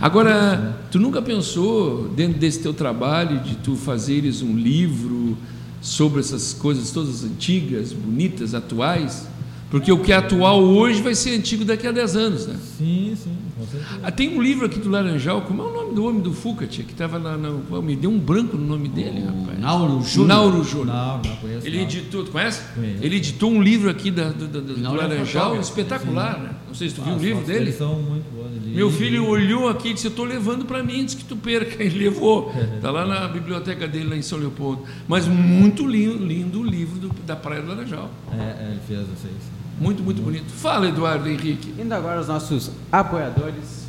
B: Agora, tu nunca pensou, dentro desse teu trabalho, de tu fazeres um livro sobre essas coisas todas antigas, bonitas, atuais? Porque o que é atual hoje vai ser antigo daqui a 10 anos, né?
D: Sim, sim, com certeza.
B: Ah, tem um livro aqui do Laranjal, como é o nome do homem do Fuca, tia, que estava lá, na, pô, me deu um branco no nome dele,
C: O
B: rapaz.
C: Nauro Júnior.
B: Nauro Júnior.
D: Não, não conheço.
B: Ele
D: não.
B: editou, tu conhece?
D: Conheço.
B: Ele editou um livro aqui da, do, do, do- do
C: Nauro é
B: Laranjal,
C: fotógrafo.
B: espetacular, né? Não sei se tu
D: Ah,
B: viu o
D: as
B: livro
D: fotos dele
B: dele.
D: São muito boas. ele- é,
B: Meu filho olhou aqui e disse: Eu estou levando para mim, antes que tu perca. Ele levou. Está lá na biblioteca dele, lá em São Leopoldo. Mas muito lindo, lindo o livro do- da Praia do Laranjal.
D: É, é, ele fez, eu sei. sim.
B: Muito, muito bonito. Fala, Eduardo Henrique.
A: Indo agora aos nossos apoiadores.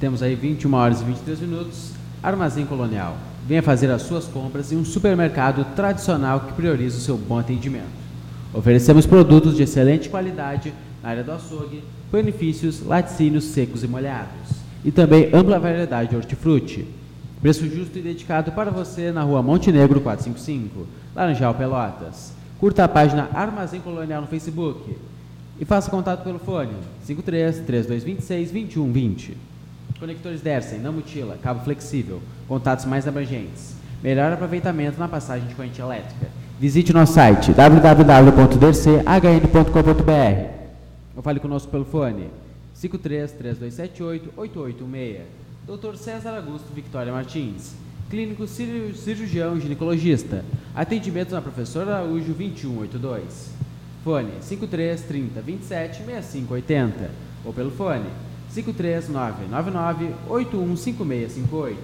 A: Temos aí 21 horas e 23 minutos. Armazém Colonial. Venha fazer as suas compras em um supermercado tradicional que prioriza o seu bom atendimento. Oferecemos produtos de excelente qualidade na área do açougue, benefícios, laticínios secos e molhados. E também ampla variedade de hortifruti. Preço justo e dedicado para você na rua Montenegro 455, Laranjal Pelotas. Curta a página Armazém Colonial no Facebook. E faça contato pelo fone 53 3226 2120. Conectores Dersen, não mutila, cabo flexível, contatos mais abrangentes. Melhor aproveitamento na passagem de corrente elétrica. Visite nosso site www.derchn.com.br ou fale conosco pelo fone 53 3278 886. Dr. um César Augusto Victoria Martins, clínico ciru- cirurgião ginecologista. Atendimento na Professora Araújo 2182. Fone 53 30 27 65 80 ou pelo fone 53 999 815658.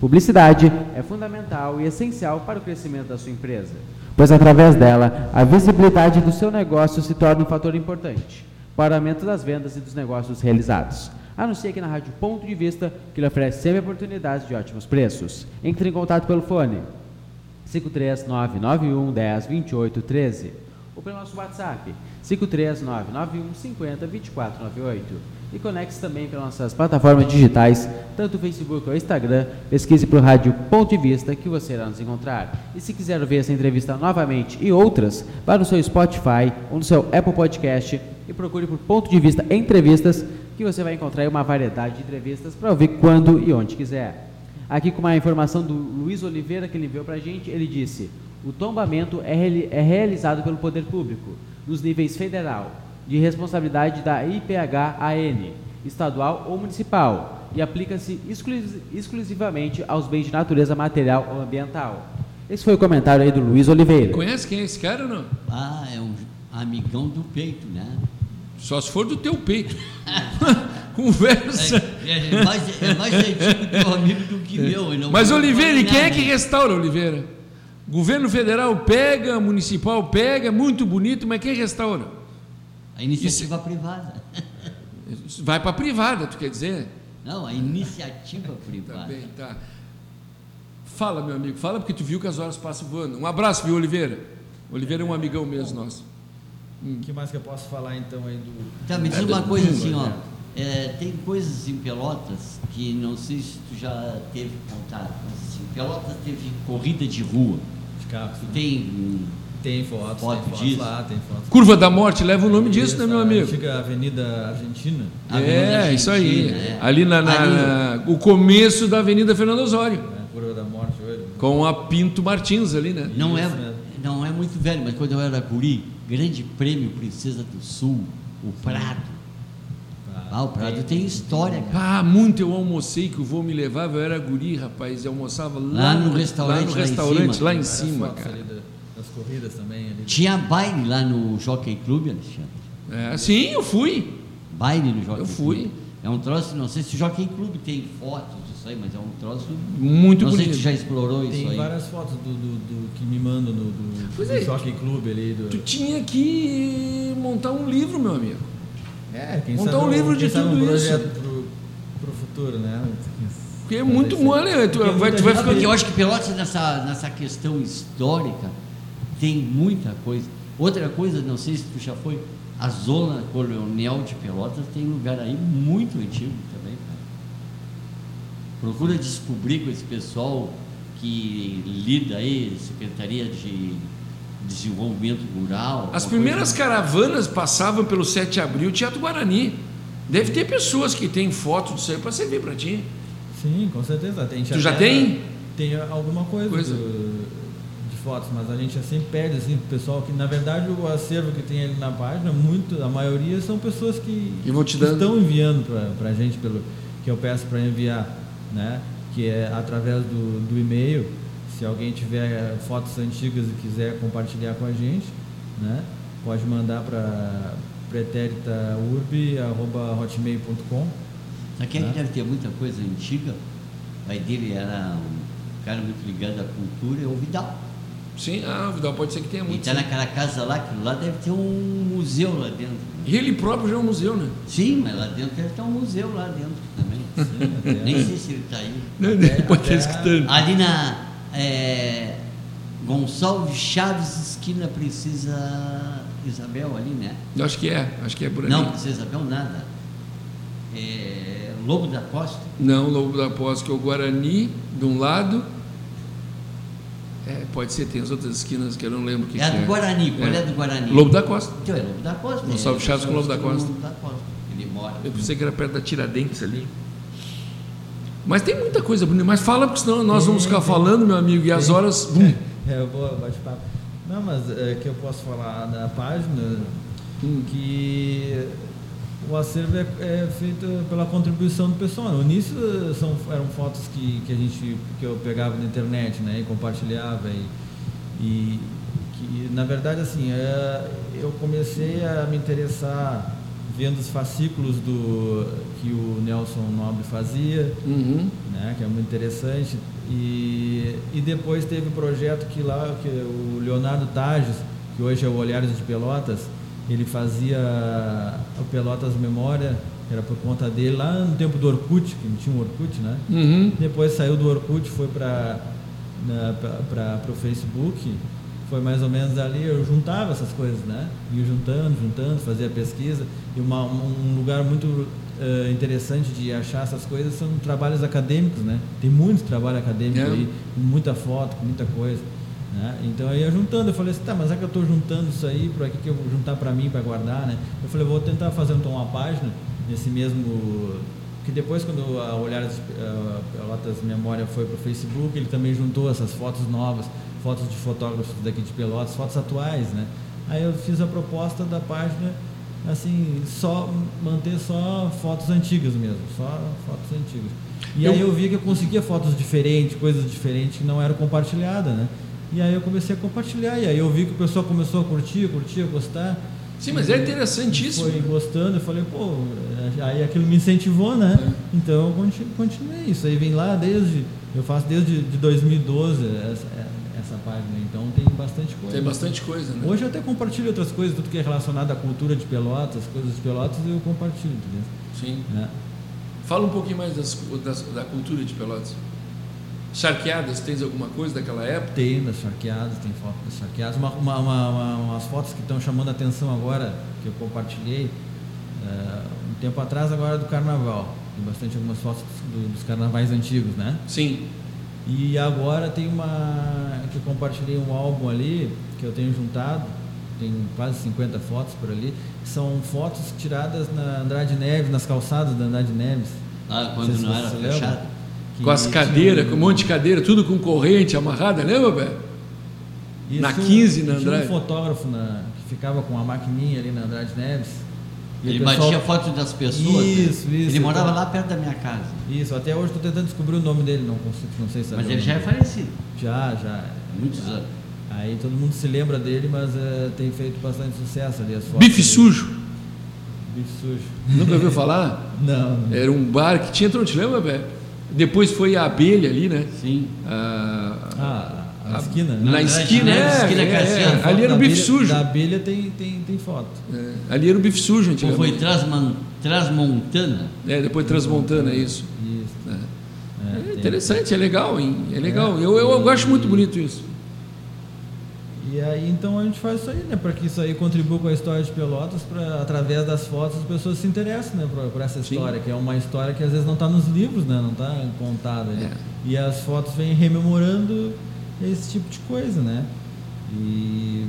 A: Publicidade é fundamental e essencial para o crescimento da sua empresa, pois através dela a visibilidade do seu negócio se torna um fator importante para o aumento das vendas e dos negócios realizados. Anuncie aqui na Rádio Ponto de Vista, que lhe oferece sempre oportunidades de ótimos preços. Entre em contato pelo fone 53991 10 28 13 ou pelo nosso WhatsApp 53991 50 24 98 e conecte também pelas nossas plataformas digitais, tanto o Facebook ou o Instagram, pesquise pelo Rádio Ponto de Vista que você irá nos encontrar. E se quiser ver essa entrevista novamente e outras, vá no seu Spotify ou no seu Apple Podcast e procure por Ponto de Vista Entrevistas que você vai encontrar aí uma variedade de entrevistas para ouvir quando e onde quiser. Aqui com uma informação do Luiz Oliveira que ele enviou para a gente, ele disse: o tombamento é, reali- é realizado pelo poder público nos níveis federal, de responsabilidade da IPHAN, estadual ou municipal, e aplica-se exclus- exclusivamente aos bens de natureza material ou ambiental. Esse foi o comentário aí do Luiz Oliveira.
B: Conhece quem é esse cara ou não?
C: Ah, é um amigão do peito, né?
B: Só se for do teu peito. Conversa.
C: É, é- é mais, é mais antigo teu amigo do que meu. ele não-
B: É.
C: né?
B: Mas Oliveira, e
C: não
B: quem é que
C: nada.
B: restaura, Oliveira? Governo federal pega, municipal pega, muito bonito, mas quem restaura?
C: A iniciativa privada.
B: Vai para a privada, tu quer dizer?
C: Não, a iniciativa
B: Tá
C: privada.
B: bem, tá. Fala, meu amigo, fala porque tu viu que as horas passam voando. Um abraço, viu, Oliveira? Oliveira é um amigão mesmo nosso.
D: O que mais que eu posso falar então aí do.
C: Tá, me diz
B: É,
C: uma
B: do-
C: coisa
B: do-
C: assim, ó.
D: né?
C: é, tem coisas em Pelotas que não sei se tu já teve contato. Mas, assim, Pelotas teve corrida de rua.
D: De carros. né?
C: Tem hum,
D: Tem fotos,
C: Foto
D: tem fotos
C: disso.
D: lá, tem fotos.
B: Curva da Morte leva o nome disso,
D: Isso,
B: né, meu
D: a
B: amigo?
D: Antiga Avenida Argentina.
C: a Avenida
B: é, isso aí.
C: Argentina, é.
B: Ali, na, na-
C: Ali.
B: na- o começo da Avenida Fernando Osório,
D: né? Curva da Morte né? hoje.
B: com a Pinto Martins ali, né?
C: Não é,
D: Isso mesmo.
C: não é muito velho, mas quando eu era guri, Grande Prêmio Princesa do Sul, o Prado. Ah, o Prado tem história, cara.
B: Ah, muito eu almocei que o vô me levava, eu era guri, rapaz, eu almoçava lá,
C: Lá no restaurante,
B: lá no
C: lá em
B: restaurante,
C: cima.
B: lá em
D: várias
B: cima,
D: fotos
B: cara.
D: ali da- das corridas também. Ali.
C: Tinha baile lá no Jockey Club, Alexandre.
B: É, sim, eu fui.
C: Baile no Jockey
B: Eu fui.
C: Club. É um troço, não sei se o Jockey Club tem fotos disso aí, mas é um troço.
B: Muito
C: não sei
B: bonito.
C: se tu já explorou isso
D: Tem
C: aí.
D: várias fotos do, do- do que me mandam do, do,
B: Pois
D: do
B: é.
D: Jockey Club ali. Do,
B: Tu tinha que montar um livro, meu amigo.
D: é, quem
B: montar
D: sabe
B: um livro
D: quem
B: de
D: sabe
B: tudo
D: um
B: isso.
D: projeto Pro, pro futuro, né?
B: Porque é muito mole, né? tu, vai,
D: Porque
B: tu
D: muita
B: vai
D: gente
C: Sabe, porque
B: ficando.
C: eu acho que Pelotas, nessa, nessa questão histórica, tem muita coisa. Outra coisa, não sei se tu já foi, a Zona Colonial de Pelotas tem um lugar aí muito antigo também. cara. Procura descobrir com esse pessoal que lida aí, Secretaria de Desenvolvimento Rural.
B: As
C: alguma
B: primeiras
C: coisa.
B: caravanas passavam pelo 7 de abril, Teatro Guarani. Deve ter pessoas que têm foto disso aí para servir para ti.
D: Sim, com certeza. Tem
B: Tu já
D: até-
B: tem?
D: Tem alguma coisa,
B: Coisa.
D: do- de fotos, mas a gente sempre perde assim, pro pessoal que na verdade o acervo que tem ali na página, muito, a maioria são pessoas que,
B: Que vão te
D: que
B: dando.
D: estão enviando pra- pra gente pelo que eu peço para enviar, né? Que é através do, do e-mail. Se alguém tiver fotos antigas e quiser compartilhar com a gente, né? Pode mandar para pretéritaurb.hotmail.com
C: Só é que
B: Né?
C: ele deve ter muita coisa antiga. O pai dele era um cara muito ligado à cultura, é o Vidal.
B: Sim, ah, Vidal, pode ser que tenha
C: E
B: muito.
C: tá
B: sim.
C: naquela casa lá, que lá deve ter um museu lá dentro.
B: E ele próprio já é um museu, né?
C: Sim, mas lá dentro deve ter um museu lá dentro também.
D: até-
C: Nem sei se ele está aí. É,
B: Ele Né? pode estar
D: até-
B: escutando.
C: Ali na é, Gonçalves Chaves, esquina Princesa Isabel ali, né?
B: Eu acho que é, acho que é por ali.
C: Não, Princesa Isabel nada. É, Lobo da Costa.
B: Não, Lobo da Pós, que é o Guarani, de um lado. É, pode ser, tem as outras esquinas que eu não lembro o que
C: é a
B: que
C: do Guarani, qual é a do Guarani?
B: Lobo da Costa.
C: Então é Lobo da Costa. né?
B: Gonçalves Chaves com Lobo da Costa.
C: Lobo da Costa. Ele mora.
B: Eu pensei que era perto da Tiradentes ali. Mas tem muita coisa bonita. Mas fala, porque senão nós vamos
D: Uhum.
B: ficar falando, meu amigo, e as horas. Bum.
D: É, boa, bate-papo. Não, mas é, que eu posso falar da página,
B: Hum.
D: que o acervo é, é feito pela contribuição do pessoal. No início eh, são, eram fotos que, que, a gente, que eu pegava na internet né, e compartilhava. E, e que, na verdade, assim, é, eu comecei a me interessar vendo os fascículos do, que o Nelson Nobre fazia
B: Uhum.
D: né, que é muito interessante. E, e depois teve o projeto que lá que o Leonardo Tages, que hoje é o Olhares de Pelotas, ele fazia o Pelotas Memória, que era por conta dele, lá no tempo do Orkut, que não tinha um Orkut, né?
B: Uhum.
D: Depois saiu do Orkut, foi né, para o Facebook. Foi mais ou menos ali, eu juntava essas coisas, né? Ia juntando, juntando, fazia pesquisa. E uma- um lugar muito eh, interessante de achar essas coisas são trabalhos acadêmicos, né? Tem muito trabalho acadêmico
B: É.
D: aí, com muita foto, com muita coisa. Né? Então eu ia juntando, eu falei assim, tá, mas é que eu estou juntando isso aí, para que, que eu vou juntar para mim, para guardar, né? Eu falei, vou tentar fazer então uma página nesse mesmo. Que depois, quando a Olhares eh, Pelotas Memória foi para o Facebook, ele também juntou essas fotos novas, fotos de fotógrafos daqui de Pelotas, fotos atuais, né? Aí eu fiz a proposta da página, assim, só manter só fotos antigas mesmo, só fotos antigas. E
B: Eu-
D: aí eu vi que eu conseguia fotos diferentes, coisas diferentes que não eram compartilhadas, né? E aí eu comecei a compartilhar, e aí eu vi que o pessoal começou a curtir, curtir, a gostar.
B: Sim, mas é interessantíssimo.
D: Foi gostando, eu falei, pô, é, aí aquilo me incentivou, né?
B: É.
D: Então eu conti- continuei. Isso aí vem lá desde. Eu faço desde de 2012 essa, essa página, então tem bastante coisa.
B: Tem bastante coisa, né?
D: Hoje eu até compartilho outras coisas, tudo que é relacionado à cultura de Pelotas, coisas de Pelotas, eu compartilho, entendeu?
B: Sim.
D: Né?
B: Fala um pouquinho mais das, das- da cultura de Pelotas. Charqueadas, tens alguma coisa daquela época?
D: Tem das charqueadas, tem foto das charqueadas. Uma, uma- uma- uma- umas fotos que estão chamando a atenção agora, que eu compartilhei eh, um tempo atrás, agora do carnaval. Tem bastante algumas fotos do- dos carnavais antigos, né?
B: Sim.
D: E agora tem uma. que eu compartilhei um álbum ali, que eu tenho juntado, tem quase 50 fotos por ali. São fotos tiradas na Andrade Neves, nas calçadas da Andrade Neves.
C: Ah, quando
D: sei se
C: não era
D: você lembra.
C: fechado.
D: Que
B: Com as
D: tinha
B: cadeiras,
D: um-
B: com um monte de cadeira, tudo com corrente amarrada, lembra, velho? Na 15 na
D: tinha
B: Andrade.
D: um fotógrafo na- que ficava com a maquininha ali na Andrade Neves. E o
C: Ele
D: pessoal-
C: batia foto das pessoas. né?
D: Isso, isso.
C: Ele morava
D: Então-
C: lá perto da minha casa.
D: Isso, até hoje estou tentando descobrir o nome dele, não consigo, não sei se
C: Mas ele já é falecido,
D: Já, já.
C: muitos anos.
D: Aí todo mundo se lembra dele, mas eh, tem feito bastante sucesso ali as fotos.
B: Bife
D: dele.
B: sujo.
D: Bife sujo.
B: Nunca ouviu falar?
D: Não.
B: Era um bar que tinha, tu não te lembra, velho? Depois foi a abelha ali, né?
C: Sim.
B: A-
D: Ah, a,
B: a-
D: esquina, né? Assim,
B: Na
C: Na
B: esquina,
C: esquina,
B: é,
C: esquina
B: é,
C: Cassiano.
B: é. Ali era o
D: Da
B: bife
D: abelha-
B: sujo.
D: Da abelha tem, tem, tem foto.
B: É, Ali era o bife sujo,
C: Ou foi
B: antigamente.
C: Trasman, Trasmontana?
B: É, depois transmontana, é isso.
D: Isso.
B: É,
D: tem.
B: interessante, é legal, hein? É legal. Eu, eu, eu acho muito bonito isso.
D: E aí então a gente faz isso aí, né? Para que isso aí contribua com a história de Pelotas, para através das fotos as pessoas se interessam, né? Por, por essa
B: Sim.
D: história, que é uma história que às vezes não está nos livros, né? Não está contada. ali.
B: É.
D: E as fotos vêm rememorando esse tipo de coisa, né? E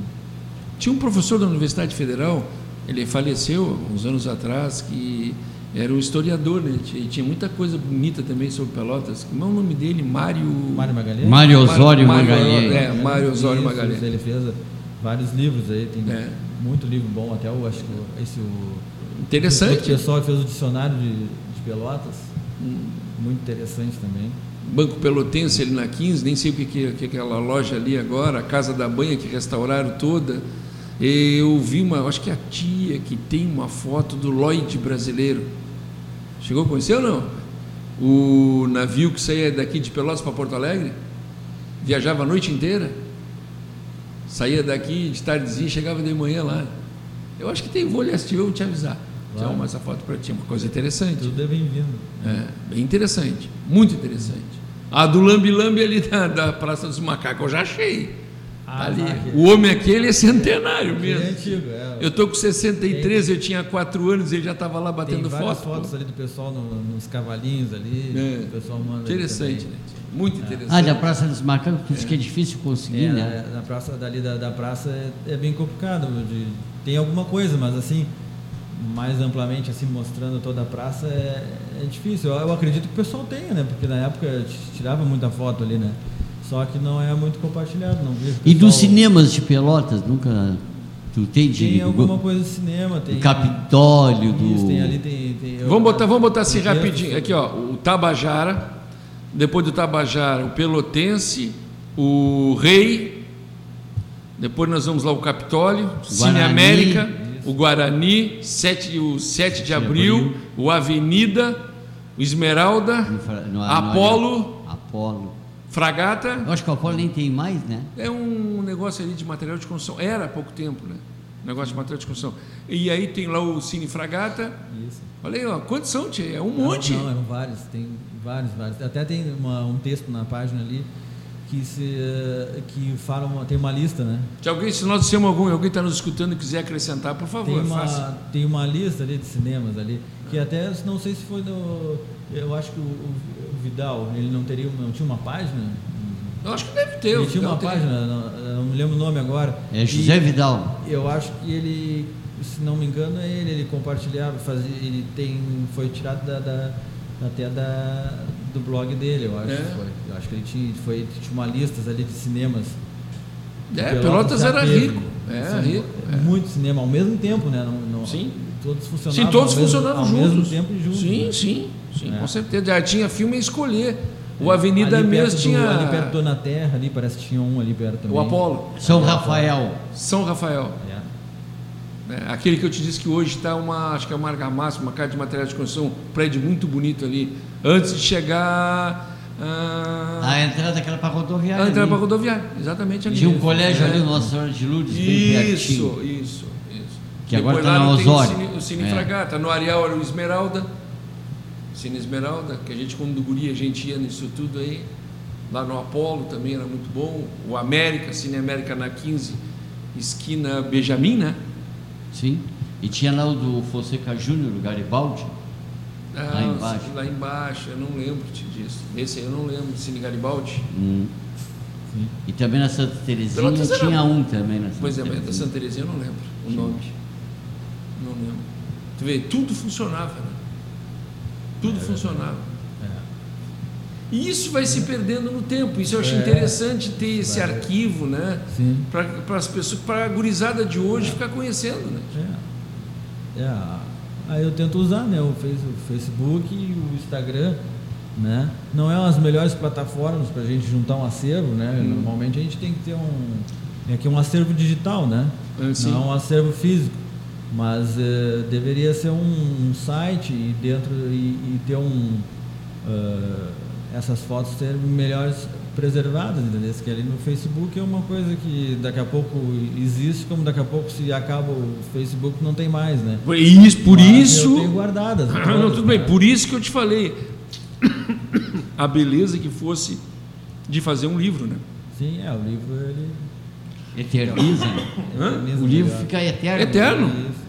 B: Tinha um professor da Universidade Federal, ele faleceu uns anos atrás, que era um historiador, né? Tinha, tinha muita coisa bonita também sobre Pelotas. Como é o nome dele? Mário.
D: Mário Magalhães.
C: Mário Osório
B: Mário-
C: Magalhães.
B: É, Mário Osório
D: Isso,
B: Magalhães.
D: Ele fez é, vários livros aí, tem
B: É.
D: muito livro bom, até o, acho que o- esse o outro
B: Interessante.
D: pessoal que fez o dicionário de, de Pelotas,
B: Hum.
D: muito interessante também.
B: Banco Pelotense ali na 15, nem sei o que, que, que aquela loja ali agora, a Casa da Banha que restauraram toda. Eu vi uma, acho que é a tia que tem uma foto do Lloyd brasileiro. Chegou a conhecer ou não? O navio que saía daqui de Pelotas para Porto Alegre, viajava a noite inteira, saía daqui de tardezinha, e chegava de manhã lá. Eu acho que tem, vou lhe assistir, eu vou te avisar. Vou
D: Claro.
B: arrumar essa foto para ti, uma coisa interessante.
D: Tudo é bem-vindo.
B: É, bem interessante, muito interessante. A do Lambi Lambi ali da, da Praça dos Macacos, eu já achei.
D: Ah,
B: ali.
D: tá, aquele-
B: O homem aquele é centenário
D: Ele é
B: mesmo.
D: antigo, é.
B: Eu tô com 63, eu tinha 4 anos, ele já estava lá
D: Tem
B: batendo
D: várias
B: foto.
D: fotos
B: pô.
D: ali do pessoal no- nos cavalinhos ali,
B: É.
D: o pessoal manda. ali
B: Interessante,
D: também.
B: né? Muito
C: Ah,
B: interessante.
C: da Praça dos Macacos, por isso que é difícil conseguir,
D: É,
C: né?
D: na praça dali da, da praça é, é bem complicado. de- tem alguma coisa, mas assim, mais amplamente assim mostrando toda a praça é, é difícil. Eu, eu acredito que o pessoal tenha, né? Porque na época eu t- tirava muita foto ali, né? Só que não é muito compartilhado, não vejo.
C: E
D: pessoal-
C: dos cinemas de Pelotas, nunca. Tu tem de.
D: Tem alguma
C: do,
D: coisa de cinema, tem.
C: do Capitólio, do.
D: Isso, tem ali, tem. tem- eu-
B: Vamos botar, vamos botar assim
D: tem texto
B: rapidinho.
D: sobre-
B: Aqui, ó, o Tabajara, depois do Tabajara, o Pelotense, o Rei, depois nós vamos lá o Capitólio, Cine
C: Guarani.
B: América, o Guarani, 7, o 7 de abril,
C: abril.
B: o Avenida, o Esmeralda,
C: no Fra- no- no-
B: Apolo,
C: Apolo.
B: Fragata.
C: Eu acho que o Apolo nem tem mais, né?
B: É um negócio ali de material de construção. Era há pouco tempo, né? Negócio de material de construção. E aí tem lá o Cine Fragata.
D: Isso.
B: Olha aí, ó, quantos são, tia? É um
D: Não,
B: monte.
D: Não, eram vários, tem vários, vários. Até tem uma- um texto na página ali que, se, eh, que fala, uma- tem uma lista, né?
B: Se alguém, se nós temos algum, alguém está nos escutando e quiser acrescentar, por
D: Tem
B: favor, faça. É.
D: uma, tem uma lista ali de cinemas ali, que até eu não sei se foi do. Eu acho que o, o- o Vidal, ele não teria, uma- não tinha uma página?
B: Eu acho que deve ter.
D: ele tinha
B: não
D: uma
B: tem.
D: página, não, eu não me lembro o nome agora.
C: É José
D: E-
C: Vidal.
D: Eu acho que ele, se não me engano, é ele, ele compartilhava, fazia, ele tem, foi tirado da, da- até da, do blog dele, eu acho.
B: É.
D: que foi. Eu acho que ele tinha, foi, tinha uma lista ali de cinemas.
B: É, Pelotas
D: já
B: era
D: teve.
B: rico. É,
D: São
B: rico.
D: Muito cinema ao mesmo tempo, né? Não, não-
B: Sim.
D: Todos funcionavam.
B: Sim, todos
D: ao mesmo-
B: funcionavam
D: ao
B: juntos.
D: mesmo tempo e juntos.
B: Sim,
D: né?
B: sim, sim,
D: É.
B: com certeza. Já tinha filme a escolher. O Avenida
D: ali
B: mesmo
D: perto
B: tinha
D: Do, ali perto do Na Terra, ali parece que tinha um ali perto também.
B: o Apolo,
C: São Rafael.
B: São Rafael.
D: É.
B: né? Aquele que eu te disse que hoje está uma, acho que é uma argamassa, uma casa de material de construção, um prédio muito bonito ali. Antes de chegar ah,
C: A entrada aquela para
D: é
C: rodoviária.
B: a entrada
C: ali.
B: para rodoviária, exatamente ali.
C: Tinha um
B: mesmo.
C: colégio
B: É.
C: ali, Nossa Senhora de Lourdes, bem pertinho.
B: Isso, isso, isso.
C: Que agora
B: Depois
C: tá
B: lá
C: na
B: não tem o
C: Osório.
B: Cine- O Cine
C: É.
B: Fragata, no Areal era o Esmeralda, Cine Esmeralda, que a gente, quando guri, a gente ia nisso tudo aí. Lá no Apolo também era muito bom. O América, Cine América na 15, esquina Benjamin, né?
C: Sim. E tinha lá o do Fonseca Júnior, o Garibaldi.
B: Ah,
C: Lá embaixo.
B: Lá embaixo, eu não lembro disso. Esse aí eu não lembro, Cine Garibaldi.
C: Hum.
D: Sim.
C: E também na Santa Terezinha
B: Pelotas era-
C: tinha um também na Santa
B: Pois é, mas da
C: Terezinha.
B: Santa Terezinha eu não lembro o nome. Não lembro. Tu vê, tudo funcionava, né? Tudo funcionava.
D: É.
B: E isso vai se perdendo no tempo. Isso eu acho
D: É.
B: interessante ter esse
D: Vai.
B: arquivo, né?
D: Sim.
B: Para as pessoas, para a gurizada de hoje ficar conhecendo, né?
D: É. É. Aí eu tento usar, né? O Face- o Facebook e o Instagram, né? Não é as melhores plataformas para a gente juntar um acervo, né? Normalmente a gente tem que ter um, é que um acervo digital, né?
B: É, sim.
D: Não é um acervo físico, mas eh, deveria ser um, um site e dentro e, e ter um eh, essas fotos serem melhores preservadas, entendeu? Que ali no Facebook é uma coisa que daqui a pouco existe, como daqui a pouco se acaba o Facebook não tem mais, né?
B: Por isso, por
D: Mas
B: isso
D: eu tenho guardadas.
B: Ah, Não,
D: todas,
B: tudo bem,
D: né?
B: por isso que eu te falei a beleza que fosse de fazer um livro, né?
D: Sim, é o livro ele. é
C: Eterniza.
B: Hã?
D: mesmo
C: o livro
D: melhor.
C: fica eterno.
B: é Eterno. Tá.
D: Isso, isso,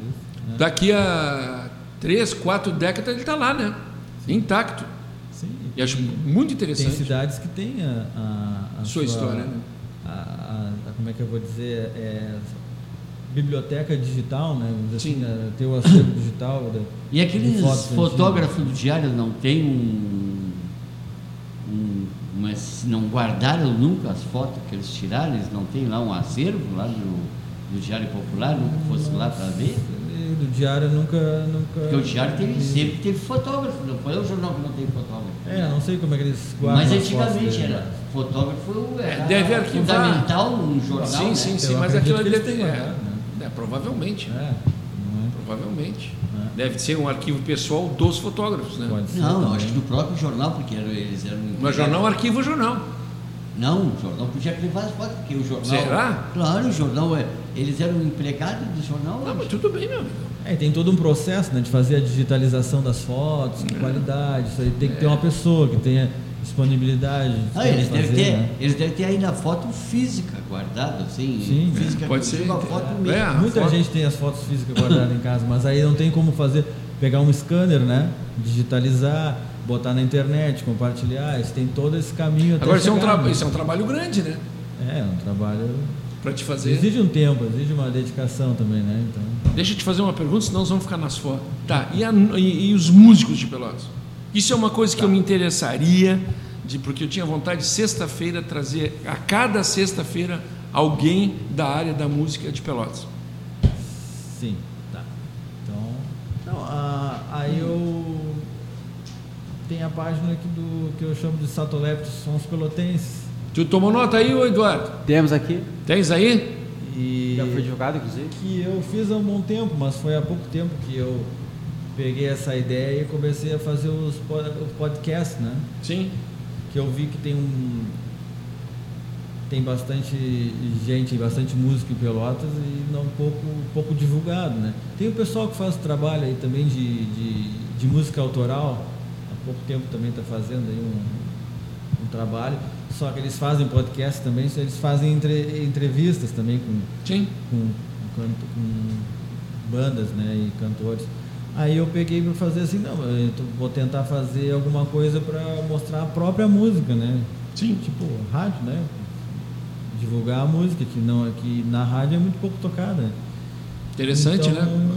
D: né?
B: Daqui a três, quatro décadas ele está lá, né? Intacto.
D: Sim.
B: E acho muito
D: Tem
B: interessante.
D: cidades que têm a, a, a
B: Sua história, né?
D: A, a- a- como é que eu vou dizer? É, biblioteca digital, né? Vamos dizer
B: Sim.
D: Assim, é, ter o acervo digital. da-
C: E aqueles
D: de fotos
C: fotógrafos do diário não tem um, um- Mas não guardaram nunca as fotos que eles tiraram? Eles não tem lá um acervo lá do, do Diário Popular? Nunca fosse lá para ver?
D: antigas. E Do diário eu nunca. nunca
C: Porque o Diário teve, sempre teve fotógrafo. Não foi o jornal que não tem fotógrafo.
D: É, não sei como é que eles guardam.
C: Mas
D: as fotos
C: antigamente
D: dele,
C: era.
D: né?
C: Fotógrafo era
B: é. Deve arquivar.
C: fundamental um jornal.
B: Sim,
C: né?
B: sim, sim,
D: Eu
B: mas aquilo
D: acredito que
B: ali
D: eles
B: deve ter.
D: tenham
B: É,
D: guardado,
B: é, provavelmente, né?
D: É, não é?
B: Provavelmente.
D: É.
B: Deve ser um arquivo pessoal dos fotógrafos, né?
D: Pode ser.
C: Não, eu
D: também.
C: acho que do próprio jornal, porque eram- eles eram.
B: Mas jornal, arquivo jornal.
C: Não, o jornal podia levar as fotos, porque o jornal.
B: Será?
C: Claro, o jornal é. Eles eram empregados do jornal.
B: Não, Ah, mas tudo bem, meu amigo.
D: É, tem todo um processo né, de fazer a digitalização das fotos,
B: É.
D: com qualidade. Isso aí tem que ter uma pessoa que tenha disponibilidade. de
C: Ah, eles, devem
D: fazer,
C: ter,
D: né?
C: eles devem ter ainda a foto física guardada, assim.
D: Sim. né?
C: física,
B: Pode
C: eu
B: ser.
C: digo A foto
B: É,
C: mesmo.
B: a
D: Muita
B: foto-
D: gente tem as fotos físicas guardadas em casa, mas aí não tem como fazer, pegar um scanner, né? Digitalizar, botar na internet, compartilhar, isso tem todo esse caminho até
B: Agora, isso é, um
D: chegar,
B: tra-
D: né?
B: isso é um trabalho grande, né?
D: É, um trabalho...
B: Para te fazer.
D: Exige um tempo, exige uma dedicação também, né? Então,
B: Deixa eu te fazer uma pergunta, senão nós vamos ficar nas fotos. Tá, e, a- e- e os músicos de Pelotas? Isso é uma coisa que eu me interessaria, de, porque eu tinha vontade de sexta-feira trazer a cada sexta-feira alguém da área da música de Pelotas.
D: sim, tá. Então, não, a- aí eu... Tem a página aqui do que eu chamo de Satoleptos Sons Pelotenses.
B: Tu tomou nota aí, ô Eduardo?
A: Temos aqui,
B: Tens aí?
D: E...
A: já foi divulgado, inclusive.
D: que eu fiz há um bom tempo, mas foi há pouco tempo que eu peguei essa ideia e comecei a fazer os pod- o podcast, né?
B: Sim.
D: Que eu vi que tem um tem bastante gente, bastante música em Pelotas e não pouco pouco divulgado, né? Tem o pessoal que faz trabalho aí também de, de, de música autoral, há pouco tempo também está fazendo aí um, um trabalho, só que eles fazem podcast também, eles fazem entre, entrevistas também com
B: Sim.
D: com, canto, com bandas né, e cantores. Aí eu peguei para fazer assim, não, eu tô- vou tentar fazer alguma coisa para mostrar a própria música, né?
B: Sim.
D: Tipo, rádio, né? Divulgar a música, que, não, que na rádio é muito pouco tocada.
B: Interessante,
D: Então,
B: né?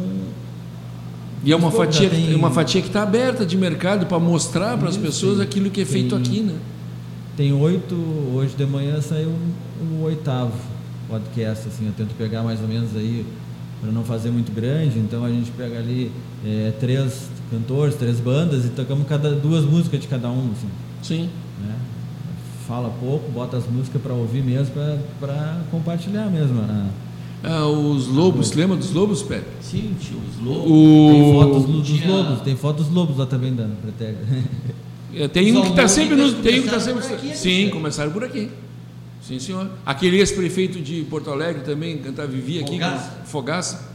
B: E é uma
D: Pô, já
B: fatia, que-
D: tem-
B: uma fatia que está aberta de mercado para mostrar para as
D: Isso,
B: pessoas
D: tem-
B: aquilo que é feito
D: tem-
B: aqui, né?
D: Tem oito, hoje de manhã saiu o oitavo podcast, assim, eu tento pegar mais ou menos aí, para não fazer muito grande, então a gente pega ali eh, três cantores, três bandas e tocamos cada, duas músicas de cada um, assim,
B: Sim.
D: né? Fala pouco, bota as músicas para ouvir mesmo, para compartilhar mesmo. né?
B: Ah, os lobos, lembra dos lobos, Pepe?
C: Sim, tio, os
B: O...
C: loucos.
D: Tem fotos dos
C: Tinha-
D: lobos, tem fotos dos lobos lá também, dando, pretérito.
B: É, Tem
D: Os
B: um que está
D: almoços
B: sempre nos. Tem um que está
D: começaram
B: sempre.
D: por aqui, né,
B: Sim,
D: senhor?
B: começaram por aqui. Sim, senhor. Aquele ex-prefeito de Porto Alegre também cantava vivia aqui.
D: Fogaça.
B: com- Fogaça.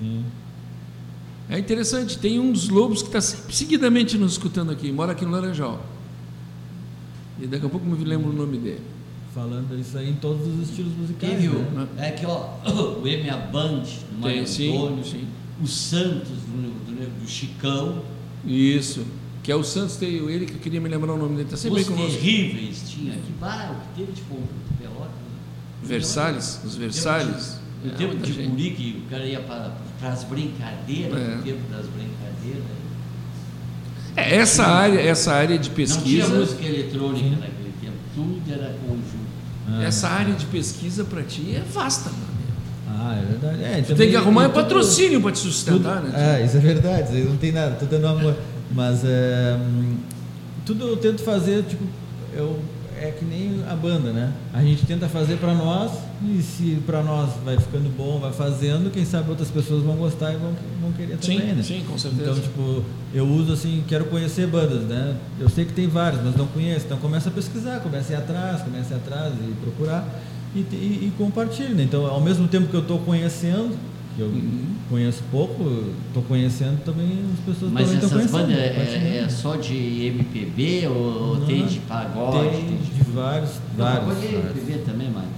D: Sim.
B: É interessante, tem um dos lobos que está sempre seguidamente nos escutando aqui, mora aqui no Laranjal. E daqui a pouco me lembro o nome dele.
D: Falando isso aí em todos os estilos musicais.
C: Quem viu?
D: né?
C: É que ó, o M Band, do Mário
B: Tem, Tá, sim,
C: Antônio,
B: sim.
C: o Santos do, do, do Chicão,
B: Isso. Que é o Santos, tem ele que eu queria me lembrar o nome dele, está sempre aí
C: os
B: conosco.
C: terríveis tinha. Que bar, o que teve de tipo, Pelotas? né?
B: Versalhes, os Versalhes.
C: O
B: É,
C: tempo
B: muita
C: de
B: gente.
C: guri que o cara ia para, para as brincadeiras,
B: É.
C: o tempo das brincadeiras. né?
B: É, essa área, essa área de
C: Não tinha
B: pesquisa.
C: música eletrônica naquele tempo, tudo era conjunto.
D: Ah,
B: Essa área de pesquisa para ti é vasta, mano.
D: Ah, é verdade. É,
B: Tu tem que arrumar é
D: um
B: patrocínio para te sustentar, né?
D: É, isso é verdade, isso aí não tem nada, tô dando amor. Mas é, hum, tudo eu tento fazer, tipo, eu, é que nem a banda, né? A gente tenta fazer pra nós, e se pra nós vai ficando bom, vai fazendo, quem sabe outras pessoas vão gostar e vão, vão querer
B: Sim,
D: também, né?
B: sim, com certeza.
D: Então, tipo, eu uso assim, quero conhecer bandas, né? Eu sei que tem várias, mas não conheço. Então começa a pesquisar, começa a ir atrás, começa a ir atrás e procurar e, te- e, e compartilha. né? Então, ao mesmo tempo que eu estou conhecendo, que eu
C: Uhum.
D: conheço pouco, estou conhecendo também as pessoas
C: Mas
B: tá
D: também estão
C: essas
D: conhecendo.
C: bandas é,
D: compartilhando.
C: é só de MPB ou
D: Não,
C: tem de pagode?
D: Tem
C: tem de-
D: de vários,
C: Não,
D: vários.
C: Pagode é
D: vários.
C: MPB também, Mário.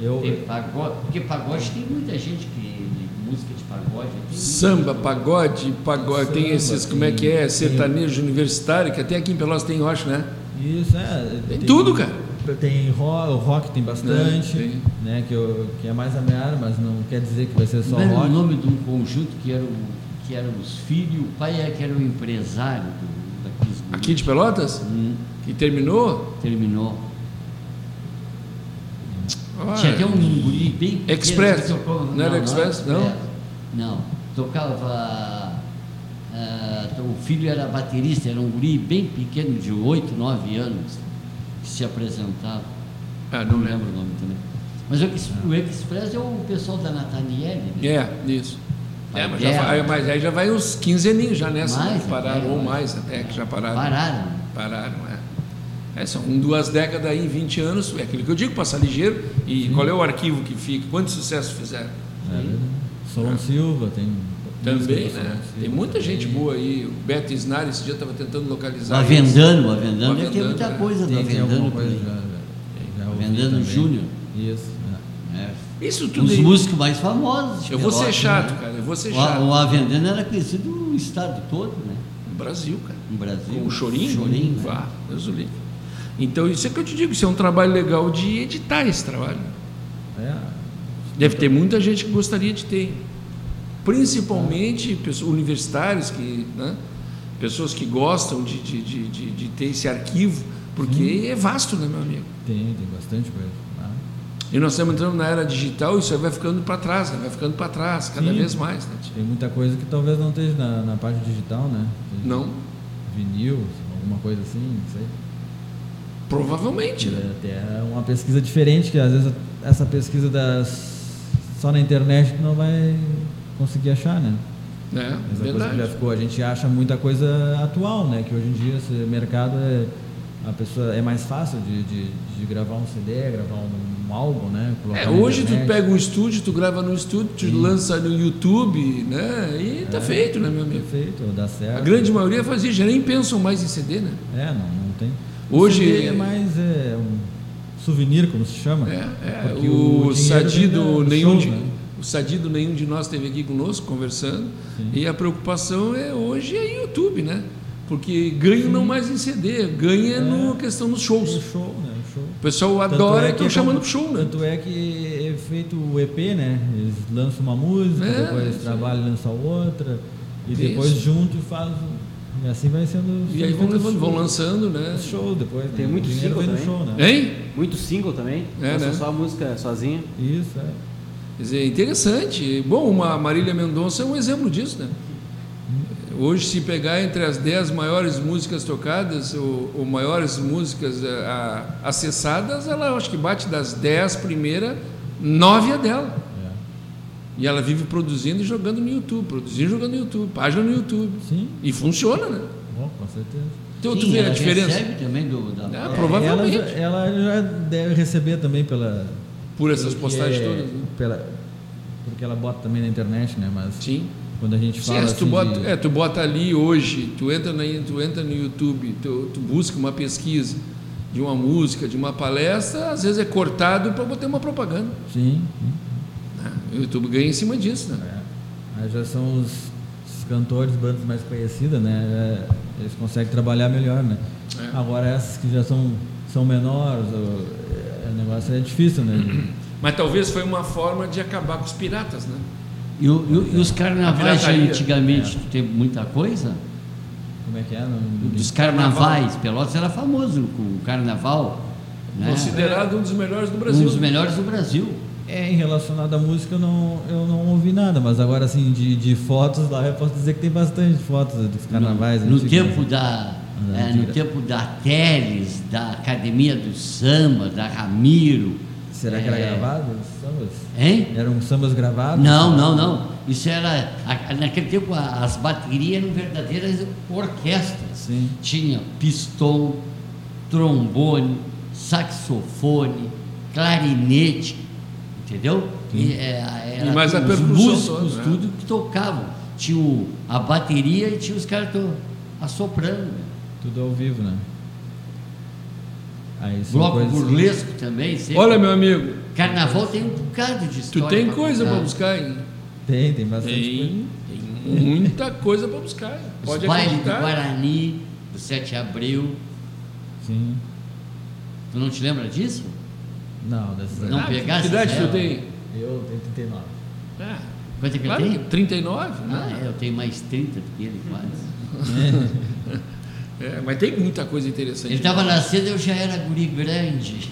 D: Eu,
C: Tem pagode, porque pagode tem muita gente que de música de pagode. tem muita
B: Samba,
C: gente.
B: pagode, pagode, tem
D: Samba,
B: esses, como é que é,
D: tem-
B: sertanejo universitário, que até aqui em Pelotas tem, eu acho, né?
D: Isso, é.
B: Tem tudo, cara.
D: Tem rock, o rock tem bastante,
B: É, tem.
D: né? Que, eu, que é mais a minha área, mas não quer dizer que vai ser só
C: Lembra o
D: rock.
C: nome de um conjunto que eram que eram os filhos, o pai era que era o empresário do, daqueles guris.
B: Aqui de Pelotas,
C: Hum,
B: que terminou.
C: terminou.
B: Ah,
C: Tinha até um guri bem pequeno
B: Express.
C: que tocava-
B: Não era Express, não?
C: Express. Não. Tocava. ah, o filho era baterista, era um guri bem pequeno, de 8, 9 anos, que se apresentava.
B: ah,
C: Não
B: não lembro.
C: lembro o nome também. Mas o, Ex- o Express é o pessoal da Nathaniel, né?
B: É, isso. É, mas, já,
C: Paguera.
B: vai- mas aí já vai uns 15 aninhos já nessa, né, que
C: né?
B: pararam, ou
C: É,
B: mais até, que já pararam.
C: Pararam.
B: Pararam, é. É, são duas décadas aí, 20 anos, é aquilo que eu digo, passar ligeiro. E qual é o arquivo que fica? Quantos sucessos fizeram?
D: É, Solon Silva tem.
B: Também,
D: música do
B: né?
D: Solon Silva
B: Tem muita
D: também.
B: gente boa aí. O Beto Isnar, esse dia eu estava tentando localizar.
C: Tá
B: ele.
C: Avendano, o Avendano deve ter
B: Avendano,
C: muita
B: né?
C: coisa do
D: Tem, tem alguma
C: Avendano por
D: coisa
C: aí.
D: já. já- já ouvi
C: Vendendo
D: também.
C: Júnior.
D: Isso.
C: É.
B: Isso tudo.
C: Um dos
B: aí-
C: músicos mais famosos. de
B: Eu vou ser
C: Pelotas,
B: chato,
C: né?
B: cara. Eu vou ser
C: O, A-
B: chato.
C: o Avendano era conhecido no estado todo, né?
B: No Brasil, cara.
C: No Brasil.
B: Com o chorinho?
C: Chorinho. né?
B: Vá, Deus o livre. Então, isso é que eu te digo, isso é um trabalho legal de editar esse trabalho.
D: É. é.
B: Deve ter muita gente que gostaria de ter. Principalmente pessoas, universitários, que, né? pessoas que gostam de, de, de, de- de ter esse arquivo, porque é vasto, né, meu amigo?
D: Tem, tem bastante coisa. né?
B: E nós estamos entrando na era digital e isso aí vai ficando para trás, né? vai ficando para trás, cada
D: Sim.
B: vez mais. Né?
D: Tem muita coisa que talvez não esteja na, na parte digital, né? Tem
B: Não,
D: Vinil, alguma coisa assim, não sei.
B: provavelmente, né?
D: É uma pesquisa diferente, que às vezes essa pesquisa das... só na internet tu não vai conseguir achar, né?
B: né?
D: Essa coisa que já
B: Verdade.
D: ficou, a gente acha muita coisa atual, né? Que hoje em dia esse mercado é a pessoa é mais fácil de, de, de gravar um CD, gravar um, álbum, né? Colocar
B: É,
D: na
B: hoje tu
D: internet.
B: pega um estúdio, tu grava no estúdio, tu lança no YouTube, né? E
D: É.
B: tá feito, né, meu amigo?
D: Perfeito, dá certo.
B: A grande maioria faz isso, já nem pensam mais em CD, né?
D: É, não, não tem.
B: Hoje-
D: O CD é mais é, um souvenir, como se chama.
B: É, é,
D: Porque
B: o,
D: dinheiro vem
B: Sadido,
D: do
B: nenhum
D: show,
B: de,
D: né?
B: o Sadido, nenhum de nós esteve aqui conosco conversando.
D: Sim.
B: E a preocupação é hoje é YouTube, né? Porque ganha não mais em CD, ganha
D: É.
B: no questão dos
D: O
B: shows.
D: show, né? O show.
B: O pessoal
D: Tanto
B: adora
D: é
B: e estão
D: que-
B: chamando pro show, né?
D: Tanto é que é feito o EP, né? Eles lançam uma música,
B: É,
D: depois
B: isso
D: trabalham e lançam outra, e
B: Isso.
D: depois junto e faz. o- E assim vai sendo.
B: E aí vão
D: sendo
B: levando, vão
D: show.
B: lançando, né?
D: Show, depois
A: Tem
D: o
A: muito
D: dinheiro
A: single
D: vem do
A: também.
D: show, né?
B: Hein?
A: Muito single também,
B: É,
A: lança
B: né?
A: só a música sozinha.
D: Isso, é.
B: Quer dizer, interessante. Bom, uma Marília Mendonça é um exemplo disso, né? Hoje, se pegar entre as 10 maiores músicas tocadas ou, ou maiores músicas eh, a- acessadas, ela acho que bate das 10 primeiras, 9 é dela.
D: é.
B: E ela vive produzindo e jogando no YouTube, produzindo e jogando no YouTube, página no YouTube.
D: Sim,
B: E funciona, né?
D: bom, com certeza.
B: Então, tu vê a
C: ela
B: diferença?
C: recebe também do, da
B: Ah,
D: É,
B: provavelmente.
D: Ela, ela já deve receber também pela.
B: Por essas
D: porque- é
B: postagens todas. né?
D: Pela, porque ela bota também na internet, né? Mas
B: Sim.
D: quando a gente
B: Sim,
D: fala.
B: é, se tu,
D: assim,
B: bota,
D: de-
B: é, tu bota ali hoje, tu entra, na, tu entra no YouTube, tu, tu busca uma pesquisa de uma música, de uma palestra, às vezes é cortado para botar uma propaganda.
D: Sim.
B: né? O YouTube ganha em cima disso, né?
D: É. Aí já são os, os cantores, bandas mais conhecidas, né? É, Eles conseguem trabalhar melhor, né?
B: É.
D: Agora essas que já são, são menores, o, é, o negócio é difícil, né?
B: Mas talvez foi uma forma de acabar com os piratas, né?
C: E, o- e o- e os carnavais de
B: pirataria.
C: antigamente,
B: é.
C: tu tem muita coisa?
D: Como é que é? Não,
C: Dos carnavais, Pelotas era famoso com o carnaval, né?
B: Considerado um dos melhores do
C: um
B: Brasil.
C: dos melhores do Brasil.
D: É, em relacionado à música eu não, eu não ouvi nada, mas agora assim, de, de fotos lá eu posso dizer que tem bastante fotos dos carnavais.
C: No
D: antigos,
C: tempo
D: né?
C: da
D: Da
C: é, no
D: antiga.
C: tempo da Teles, da Academia do Samba, da Ramiro.
D: Será que
C: é,
D: era gravado? os Sambas?
C: Hein?
D: Eram sambas gravados?
C: Não, não, não. Isso era a- naquele tempo a- as baterias eram verdadeiras orquestras.
D: Sim.
C: Tinha pistão, trombone, saxofone, clarinete, entendeu? E, é, era
B: E mais a
C: os
B: percussão
C: músicos,
B: toda, né?
C: tudo que tocavam. Tinha o- a bateria e tinha os caras to- assoprando. né?
D: Tudo ao vivo, né? Aí são
C: Bloco
D: coisas que-
C: burlesco também. sempre.
B: Olha, meu amigo,
C: Carnaval tem um bocado de história.
B: tu tem
C: pra
B: coisa para
C: contar.
B: buscar, hein?
D: Tem, tem bastante coisa.
B: Tem, tem muita coisa para buscar. hein? Pode
C: Os bailes do
B: acreditar.
C: Guarani, do 7 de abril.
D: Sim.
C: Tu não te lembra disso?
D: Não, dessas aí.
C: Não
B: Ah,
C: pegasse
B: que idade
C: essa?
B: tu tem?
D: Eu tenho 39.
B: Ah,
C: Quanto é que
B: claro
C: eu
B: que
C: tenho?
B: 39,
C: Ah,
B: né?
C: é, eu tenho mais 30 do que ele, quase.
B: É, mas tem muita coisa interessante.
C: Ele estava nascendo, eu já era guri grande.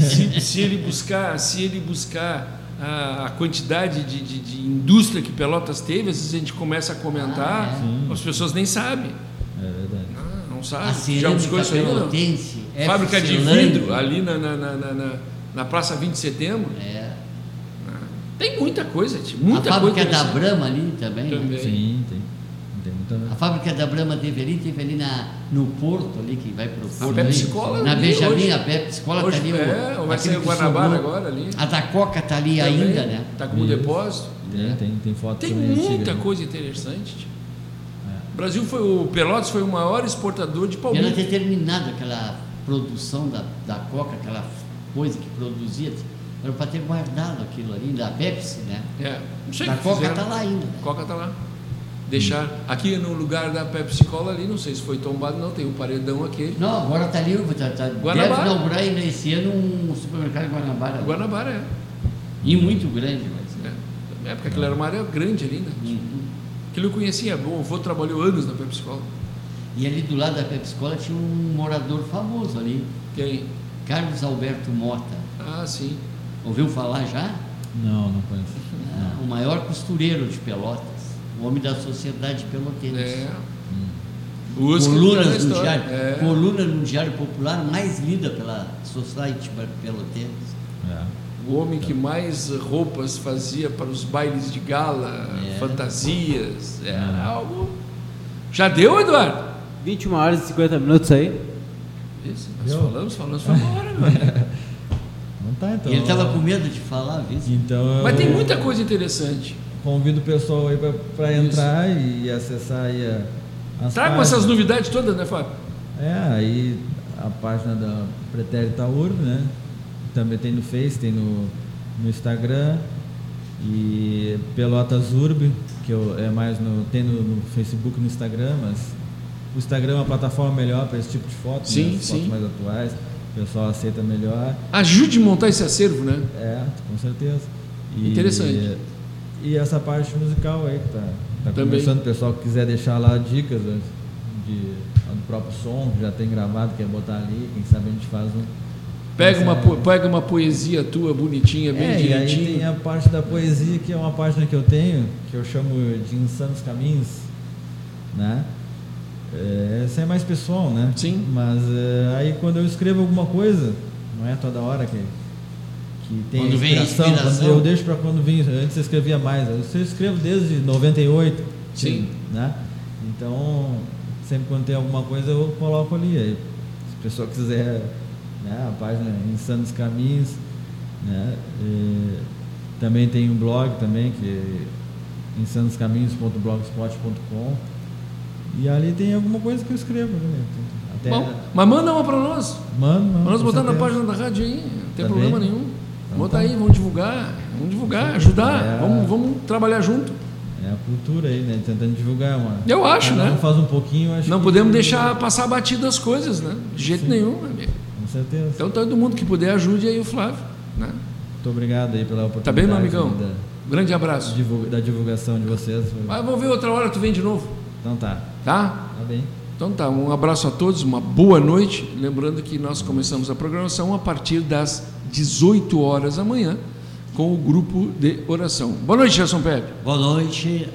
B: se, se ele buscar, se ele buscar a, a quantidade de, de- de indústria que Pelotas teve, às vezes a gente começa a comentar,
D: Ah, é.
B: as pessoas nem sabem.
D: É verdade.
B: Ah, não
C: A
B: sabe. Já buscou
C: cerâmica é
B: isso aí? Não.
C: pelotense. F.
B: Fábrica de
C: Celândia.
B: vidro ali na, na, na, na- na- na Praça 20 de Setembro.
C: É.
B: Tem muita coisa, tio.
C: a
B: Muita
C: fábrica
B: coisa.
C: da
B: interessante.
C: Brahma ali também. né?
B: Também.
D: Sim, tem. Tem muita.
B: Ah,
C: A fábrica da Brahma teve ali, teve ali na, no Porto, ali que vai para o Porto.
B: Ah, Pepsi
C: ali.
B: Cola
C: Na
B: ali
C: Benjamin,
B: hoje.
C: a Pepsi Cola
B: Hoje
C: está tá ali.
B: é, vai
C: aquele
B: sair o
C: que
B: Guanabara
C: sobrou.
B: agora ali.
C: A da Coca está ali
B: Também.
C: ainda, né?
B: Tá como
D: Isso.
B: depósito.
D: Tem, tem, tem foto
B: é? Tem
D: também antiga,
B: muita
D: né?
B: coisa interessante. tio.
C: É.
B: O Brasil foi o Pelotas foi o maior exportador de
C: Ela
B: palmito.
C: ter terminado aquela produção da, da Coca, aquela coisa que produzia, era para ter guardado aquilo ali, da Pepsi, né?
B: É, não sei o
C: Da
B: que
C: Coca
B: fizeram.
C: está lá ainda. né?
B: Coca tá lá. Deixar aqui no lugar da Pepsi Cola ali, não sei se foi tombado, não tem o paredão aquele.
C: Não, agora está ali, tá, tá, deve
B: Guanabara.
C: inaugurar ainda esse ano um supermercado Guanabara.
B: Guanabara é.
C: E muito grande, mas.
B: é. Na época aquilo era uma área grande ali, né?
C: Uhum.
B: Aquilo eu conhecia, bom, o avô trabalhou anos na Pepsi Cola.
C: E ali do lado da Pepsi Cola tinha um morador famoso ali,
B: Quem?
C: Carlos Alberto Mota.
B: Ah, sim.
C: Ouviu falar já?
D: Não, não conheço.
C: Ah, O maior costureiro de Pelotas, o homem da sociedade pelotense.
B: É.
C: Hum.
B: Busca toda a
C: Colunas no,
B: história.
C: diário,
B: É.
C: coluna no Diário Popular mais lida pela Society Pelotense.
D: É.
B: O homem que mais roupas fazia para os bailes de gala,
C: É.
B: fantasias, era algo. Já deu, Eduardo?
A: 21 horas e 50 minutos aí.
B: Isso, nós
D: Deu.
B: falamos, falamos, é? foi uma hora, velho.
D: Não tá, então.
C: E ele estava com medo de falar, viu?
D: Então eu
B: Mas tem muita coisa interessante.
D: convido o pessoal aí pra, pra
B: Isso.
D: entrar e acessar aí a, as
B: Tragam
D: páginas.
B: essas novidades todas, né, Fábio?
D: É, aí a página da Pretérita Urb, né? Também tem no Face, tem no, no Instagram. E Pelotas Urb, que eu, é mais no. tem no, no Facebook e no Instagram, mas o Instagram é uma plataforma melhor para esse tipo de foto,
B: Sim,
D: né? As
B: sim.
D: fotos mais atuais, o pessoal aceita melhor.
B: Ajude a montar esse acervo, né?
D: É, com certeza.
B: Interessante.
D: E essa parte musical aí que tá, tá
B: Também.
D: começando, o pessoal que quiser deixar lá dicas né, de, do próprio som, que já tem gravado, quer botar ali, quem sabe a gente faz um.
B: Pega uma,
D: É.
B: po- pega uma poesia tua bonitinha, bem
D: É, e aí tem
B: direitinho.
D: a parte da poesia, que é uma página que eu tenho, que eu chamo de Insanos Caminhos, né? É, essa é mais pessoal, né?
B: Sim.
D: Mas é, aí quando eu escrevo alguma coisa, não é toda hora que, que tem
C: Quando vem a
D: inspiração, quando-
C: inspiração.
D: eu deixo para quando vim, antes eu escrevia mais, eu escrevo desde 98,
B: Sim.
D: né? Então, sempre quando tem alguma coisa eu coloco ali. Aí, se o pessoal quiser, né, a página Insanos Caminhos, né? E também tem um blog também, que é insanoscaminhos.blogspot.com. E ali tem alguma coisa que eu escrevo, né? Até
B: Bom, mas manda uma para nós.
D: mano, mano,
B: Nós
D: com
B: botar na
D: certeza.
B: página da rádio aí, não tem
D: Tá
B: problema
D: bem.
B: nenhum.
D: Então
B: Bota
D: tá.
B: aí, vamos divulgar, vamos divulgar, ajudar,
D: É.
B: vamos, vamos trabalhar junto.
D: É a cultura aí, né? Tentando divulgar uma.
B: Eu acho,
D: Cada um
B: né?
D: Faz um pouquinho, eu acho.
B: Não
D: que-
B: podemos deixar passar batido as coisas, né? De jeito nenhum. amigo.
D: Com certeza.
B: Então todo mundo que puder ajude aí o Flávio. Né?
D: Muito obrigado aí pela oportunidade.
B: Tá bem, meu amigão?
D: Da,
B: Grande abraço.
D: divulga- da divulgação de vocês.
B: Mas vou ver outra hora, tu vem de novo,
D: Então tá.
B: tá?
D: Tá bem.
B: Então tá, um abraço a todos, uma boa noite. Lembrando que nós começamos a programação a partir das 18 horas da manhã com o grupo de oração. Boa noite, Gerson Pepe.
C: Boa noite